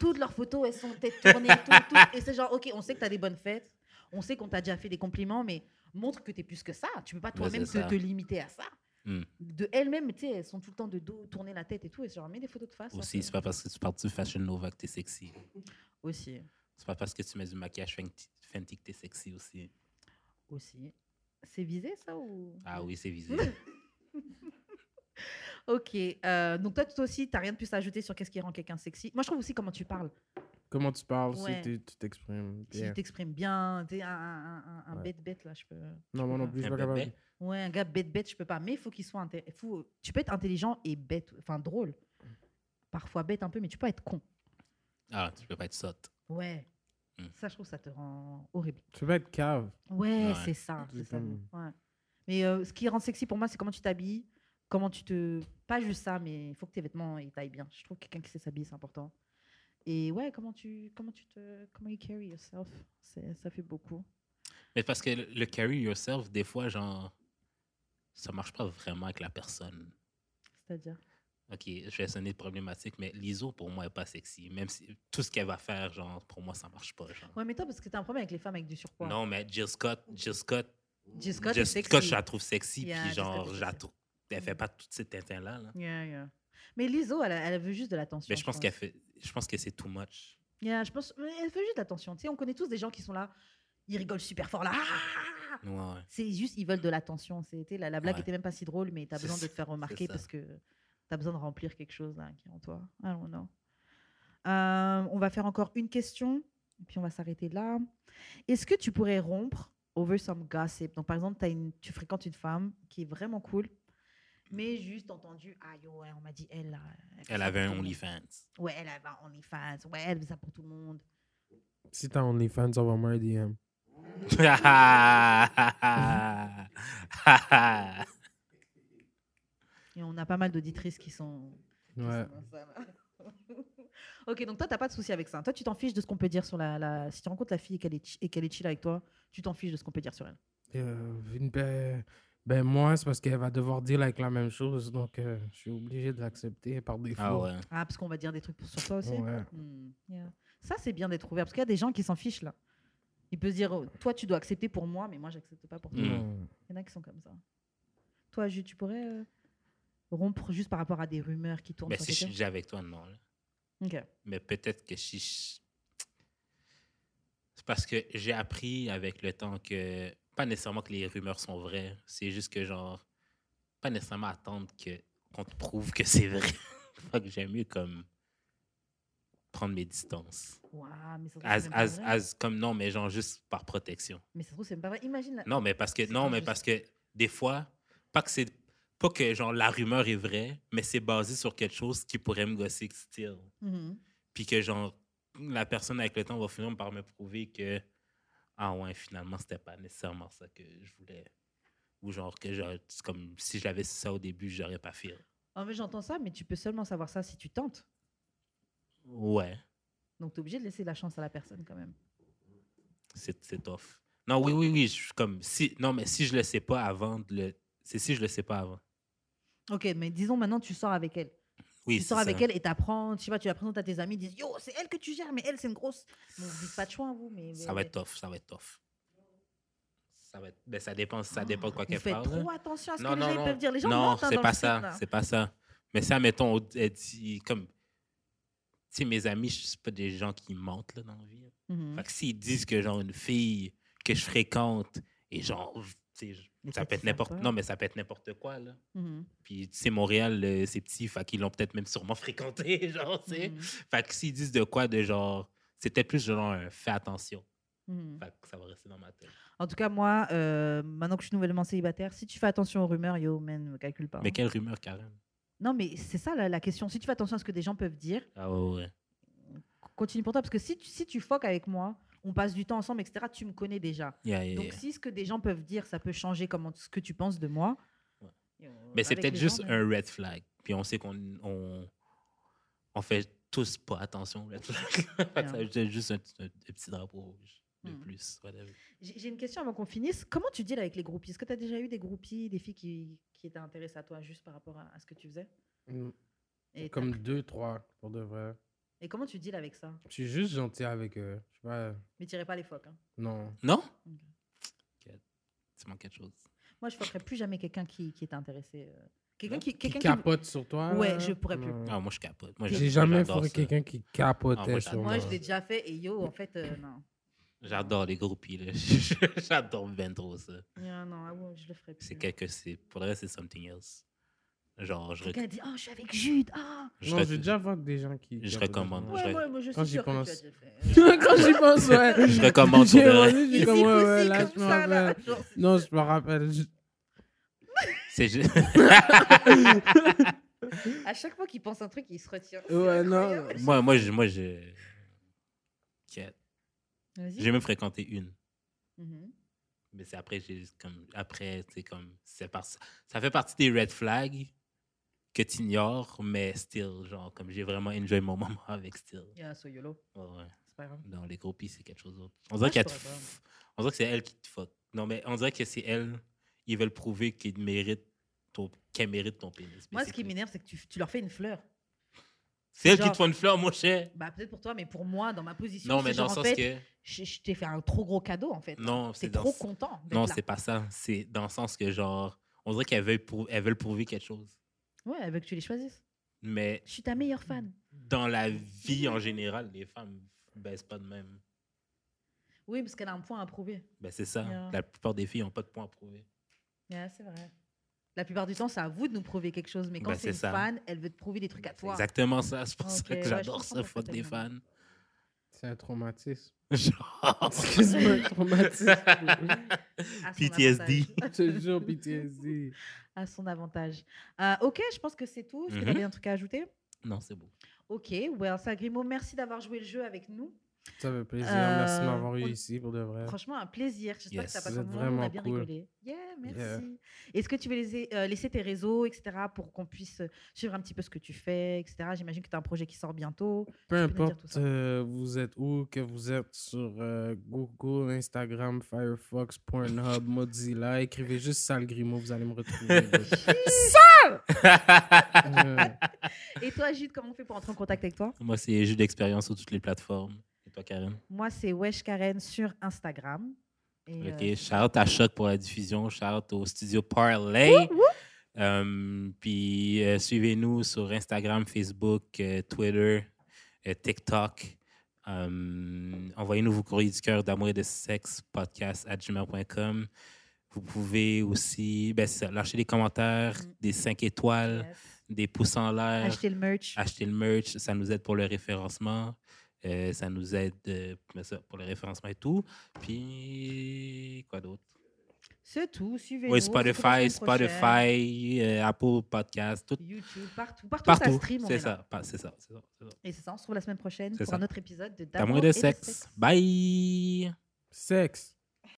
Toutes leurs photos, elles sont peut-être tournées. tout, tout. Et c'est genre, OK, on sait que t'as des bonnes fêtes. On sait qu'on t'a déjà fait des compliments, mais montre que t'es plus que ça. Tu peux pas toi-même Bah, c'est te, ça. te limiter à ça. Mm. De elles-mêmes, tu sais, elles sont tout le temps de dos, tourner la tête et tout. Et c'est genre, mets des photos de face. hein. ça, Aussi, c'est pas parce que tu parles du Fashion Nova que t'es sexy. Aussi. C'est pas parce que tu mets du maquillage Fenty Fenty que t'es sexy aussi. Aussi. C'est visé, ça ou... Ah oui, c'est visé. Hmm. Ok. euh, donc, toi, toi aussi, t'as rien de plus à ajouter sur qu'est-ce qui rend quelqu'un sexy. Moi, je trouve aussi comment tu parles. Comment tu parles Ouais. si tu- tu t'exprimes Si bien. tu t'exprimes bien, t'es un, un, un- un Ouais. bête-bête, là, je peux. Non, moi non pas. plus, je Un suis pas bébé. capable. Ouais, un gars bête bête, je peux pas. Mais il faut qu'il soit inté- faut... Tu peux être intelligent et bête, enfin drôle. Parfois bête un peu, mais tu peux pas être con. Ah, tu peux pas être sotte. Ouais. Mm. Ça, je trouve, ça te rend horrible. Tu vas être cave. Ouais, Ouais. c'est ça. c'est C'est ça. comme- Ouais. Mais euh, ce qui rend sexy pour moi, c'est comment tu t'habilles, comment tu te. Pas juste ça, mais il faut que tes vêtements ils taillent bien. Je trouve que quelqu'un qui sait s'habiller, c'est important. Et ouais, comment tu, comment tu te, comment you carry yourself, c'est- ça fait beaucoup. Mais parce que le le carry yourself, des fois, genre, ça marche pas vraiment avec la personne. C'est-à-dire. Ok, je vais sonner problématique, mais l'ISO pour moi est pas sexy. Même si tout ce qu'elle va faire, genre, pour moi, ça marche pas. Genre. Ouais, mais toi, parce que t'as un problème avec les femmes avec du surpoids. Non, mais Jill Scott, Jill Scott, Jill Scott est Jill sexy. Scott, je la trouve sexy, Yeah, Jill puis genre, Scott est je la sexy. Mm. trouve. Elle fait pas tout ces tintins-là. Là. Yeah, yeah. Mais l'ISO, elle, a- elle veut juste de l'attention. Mais je pense qu'elle fait. Je pense que c'est too much. Yeah, je pense, mais elle veut juste de l'attention. Tu sais, on connaît tous des gens qui sont là, ils rigolent super fort là. Ah Ouais, ouais. C'est juste, ils veulent de l'attention. C'était la, la blague Ouais. était même pas si drôle, mais t'as C'est besoin de ça, te faire remarquer ça. parce que t'as besoin de remplir quelque chose là qui est en toi. I don't know. Euh, on va faire encore une question, et puis on va s'arrêter là. Est-ce que tu pourrais rompre over some gossip Donc, par exemple, t'as une, tu fréquentes une femme qui est vraiment cool, mais juste entendu, ah yo, ouais, on m'a dit, elle, là, fait Elle ça avait pour tout un le monde. OnlyFans. Ouais, elle avait un OnlyFans. Ouais, elle faisait ça pour tout le monde. Si t'as OnlyFans, envoie-moi un DM. Ah Et on a pas mal d'auditrices qui sont. qui Ouais. sont dans ça, là. ok, donc toi, t'as pas de souci avec ça. Toi, tu t'en fiches de ce qu'on peut dire sur la, la- Si tu rencontres la fille et qu'elle est, chi- et qu'elle est chill avec toi, tu t'en fiches de ce qu'on peut dire sur elle. Euh, une ben, ben moi, c'est parce qu'elle va devoir deal avec la même chose, donc euh, je suis obligé de l'accepter par défaut. ah ouais. Ah, parce qu'on va dire des trucs pour- sur toi aussi. Ouais. Hmm, yeah. Ça, c'est bien d'être ouvert. Parce qu'il y a des gens qui s'en fichent, là. Ils peuvent se dire, oh, toi, tu dois accepter pour moi, mais moi, j'accepte pas pour toi. Mm. Non. Il y en a qui sont comme ça. Toi, Ju, tu pourrais euh, rompre juste par rapport à des rumeurs qui tournent Mais sur Ben, si je suis quelqu'un déjà avec toi, non. là. Ok. Mais peut-être que si. je- C'est parce que j'ai appris avec le temps que. Pas nécessairement que les rumeurs sont vraies. C'est juste que, genre. Pas nécessairement attendre que qu'on te prouve que c'est vrai. fait que j'aime mieux comme. Prendre mes distances. Ouah, mais ça se trouve, c'est As, même pas as, vrai. as- comme non, mais genre juste par protection. Mais ça se trouve, c'est même pas vrai. Imagine. la- Non, mais parce que C'est non, pas mais juste. parce que des fois, pas que c'est pas que genre la rumeur est vraie, mais c'est basé sur quelque chose qui pourrait me gosser style. Mhm. Puis que genre la personne avec le temps va finir par me prouver que ah ouais, finalement c'était pas nécessairement ça que je voulais ou genre que genre, c'est comme si j'avais ça au début, j'aurais pas fait. En fait, j'entends ça, mais tu peux seulement savoir ça si tu tentes. Ouais, Donc, tu es obligé de laisser la chance à la personne quand même. c'est c'est tough. Non, oui oui oui, je suis comme si non mais si je le sais pas avant de le c'est si je le sais pas avant. Ok, mais disons maintenant, tu sors avec elle. Oui, tu c'est sors avec ça. elle et t'apprends. Tu sais pas, tu la présentes à tes amis, ils disent Yo, c'est elle que tu gères, mais elle, c'est une grosse. Bon, vous dites pas de choix, vous, mais. Ça va être tough, ça va être tough. Ça va être... ben, ça dépend, ça dépend de quoi Vous qu'elle faites parle. là. Ah, trop attention à ce Non, que les non, gens ils non. peuvent dire. Les gens non, mentent, hein, c'est dans pas le ça, script, là. c'est pas ça. Mais ça, mettons, on- elle dit comme, tu sais, mes amis, je suis pas des gens qui mentent là, dans la vie. Mhm. Fait que s'ils disent que genre une fille que je fréquente et genre, tu sais, je- Mais ça toi, peut tu être sens n'importe, pas. non mais ça peut être n'importe quoi là. Mhm. Puis tu sais, Montréal, euh, c'est petit, fait qu'ils l'ont peut-être même sûrement fréquenté, genre, tu sais. Mhm. Fait que s'ils disent de quoi, de genre, c'est peut-être plus genre, un fais attention. Mhm. Fait que ça va rester dans ma tête. En tout cas, moi, euh, maintenant que je suis nouvellement célibataire, si tu fais attention aux rumeurs, yo, man, me calcule Ah. pas. Mais hein. quelle rumeur, Karen? Non, mais c'est ça la- la question. Si tu fais attention à ce que des gens peuvent dire, Ah ouais, ouais. continue pour toi parce que si tu, si tu foques avec moi, on passe du temps ensemble, etc. Tu me connais déjà. Yeah, yeah, Donc yeah. si ce que des gens peuvent dire, ça peut changer comment ce que tu penses de moi. Ouais. euh, Mais c'est avec peut-être les juste gens, euh, hein? un red flag. Puis on sait qu'on on, on fait tous pas attention au red flag. Fait que euh, ça, c'est juste un, un- un petit drapeau rouge de Hmm. Mm. plus. whatever. J'ai j'ai une question avant qu'on finisse. Comment tu deals avec les groupies Est-ce que tu as déjà eu des groupies, des filles qui, qui étaient intéressées à toi juste par rapport à, à ce que tu faisais Mm. Et t'as- Comme deux, trois, pour de vrai. Et comment tu deals avec ça Je suis juste gentil avec eux. Je sais pas. Mais tirez pas les phoques. hein. Non. Non? Ok. Tu manques quelque chose. Moi, je ne plus jamais quelqu'un qui, qui est intéressé. euh, Quelqu'un Non. qui. Qui Quelqu'un qui- capote sur toi Ouais, là? je pourrais plus. Non. Ah, moi, je capote. Moi, J'ai j'adore jamais ça. fourré quelqu'un qui Ah, moi, capotait sur j'adore. Moi, moi. je l'ai déjà fait et yo, en fait, euh, non. J'adore les groupies, là. J'adore bien trop ça. Non, non, ah bon, je le ferai plus. C'est quelque... c'est- Pour le reste, c'est something else. Genre, je, rec- Quelqu'un dit, oh, je suis avec Jude. Ah je Non, rec- j'ai déjà vu des gens qui. Je capotaient recommande. sur moi. Ouais, je- ouais, moi, je quand suis j'y sûre que tu as pense. déjà fait. Quand j'y pense, ouais. Je recommande J'ai pour de vrai. mangé, j'ai Ici, comme, ouais, aussi, ouais, là, comme je me ça, là. rappelle. Genre, c'est- Non, je me rappelle. Je- C'est juste... À chaque fois qu'il pense un truc, il se retient. C'est Ouais, non. incroyable. moi, moi, je... Moi, je... Ok. Vas-y. J'ai même fréquenté une. Mhm. Mais c'est après, j'ai juste comme. Après, c'est comme. c'est par- Ça fait partie des red flags que tu ignores, mais still, genre, comme j'ai vraiment enjoy mon moment avec still. Yeah, so YOLO. Ouais, ouais. C'est pas grave. Dans les groupies, c'est quelque chose d'autre. On Moi, dirait je qu'elle te pourrais pas. f- On dirait que c'est elle qui te fuck. Non, mais on dirait que c'est elle. Ils veulent prouver qu'ils méritent ton... qu'elle mérite ton pénis. Moi, ce qui basically. m'énerve, c'est que tu, tu leur fais une fleur. C'est elle qui genre- te fait une fleur, mon cher. Bah, peut-être pour toi, mais pour moi, dans ma position, Non, mais c'est dans le genre, sens en fait, que. je, je t'ai fait un trop gros cadeau, en fait. Non, T'es c'est dans. trop content. d'être Non, là. c'est pas ça. C'est dans le sens que, genre, on dirait qu'elles veulent, prou- elles veulent prouver quelque chose. Ouais, elle veut que tu les choisisses. Mais Je suis ta meilleure Mm. fan. dans la vie en général, les femmes baissent pas de même. Oui, parce qu'elle a un point à prouver. Ben, c'est ça. Yeah. La plupart des filles n'ont pas de points à prouver. Ouais, c'est vrai. La plupart du temps, c'est à vous de nous prouver quelque chose, mais quand Bah, c'est c'est une ça. fan, elle veut te prouver des trucs à C'est toi. Exactement ça. C'est pour Ok, ça ouais, que je j'adore comprends ça, pas fuck des fans. totalement. C'est un traumatisme. Genre. Excuse-moi, un traumatisme. À son PTSD. avantage. Je te jure, PTSD. À son avantage. Euh, ok, je pense que c'est tout. Est-ce que Mhm. tu avais un truc à ajouter Non, c'est beau. Ok, well, Sagrimo, merci d'avoir joué le jeu avec nous. Ça fait plaisir. Euh, Merci de m'avoir eu on- ici pour de vrai. Franchement, un plaisir. J'espère Euh, Yes, que ça passe vous un êtes bon moment. On a vraiment bien cool. rigolé. Yeah, merci. Yeah. Est-ce que tu veux laisser, euh, laisser tes réseaux, etc., pour qu'on puisse euh, suivre un petit peu ce que tu fais, etc. J'imagine que tu as un projet qui sort bientôt. Peu peux nous dire tout importe ça. euh, vous êtes où, que vous êtes sur euh, Google, Instagram, Firefox, Pornhub, Mozilla, écrivez juste Sale Grimaud, vous allez me retrouver. Euh, Et toi, Jude, comment on fait pour entrer en contact avec toi Moi, c'est jus d'expérience sur toutes les plateformes. Et toi, Karen? Moi, c'est Wesh Karen sur Instagram. Et, Ok, euh, shout à Choc pour la diffusion, shout au studio Parlay. Euh, puis euh, suivez-nous sur Instagram, Facebook, euh, Twitter, euh, TikTok. Euh, Envoyez-nous vos courriers du cœur d'amour et de sexe podcast à gmail.com. Vous pouvez aussi ben, c'est ça, lâcher des commentaires, Mm. des 5 étoiles, yes. des pouces en l'air, Acheter le merch. acheter le merch, ça nous aide pour le référencement. euh, ça nous aide euh, mais ça, pour le référencement et tout. Puis, quoi d'autre? C'est tout. Suivez-nous. Oui, Retrouvez-nous la Spotify, semaine prochaine. Spotify, euh, Apple Podcast, tout, YouTube, partout. Partout, où ça partout. stream. on C'est est là. ça, pa- c'est ça, c'est ça. c'est ça. Et c'est ça, on se retrouve la semaine prochaine C'est pour ça. un autre épisode de D'amour et de sexe. Bye! sexe.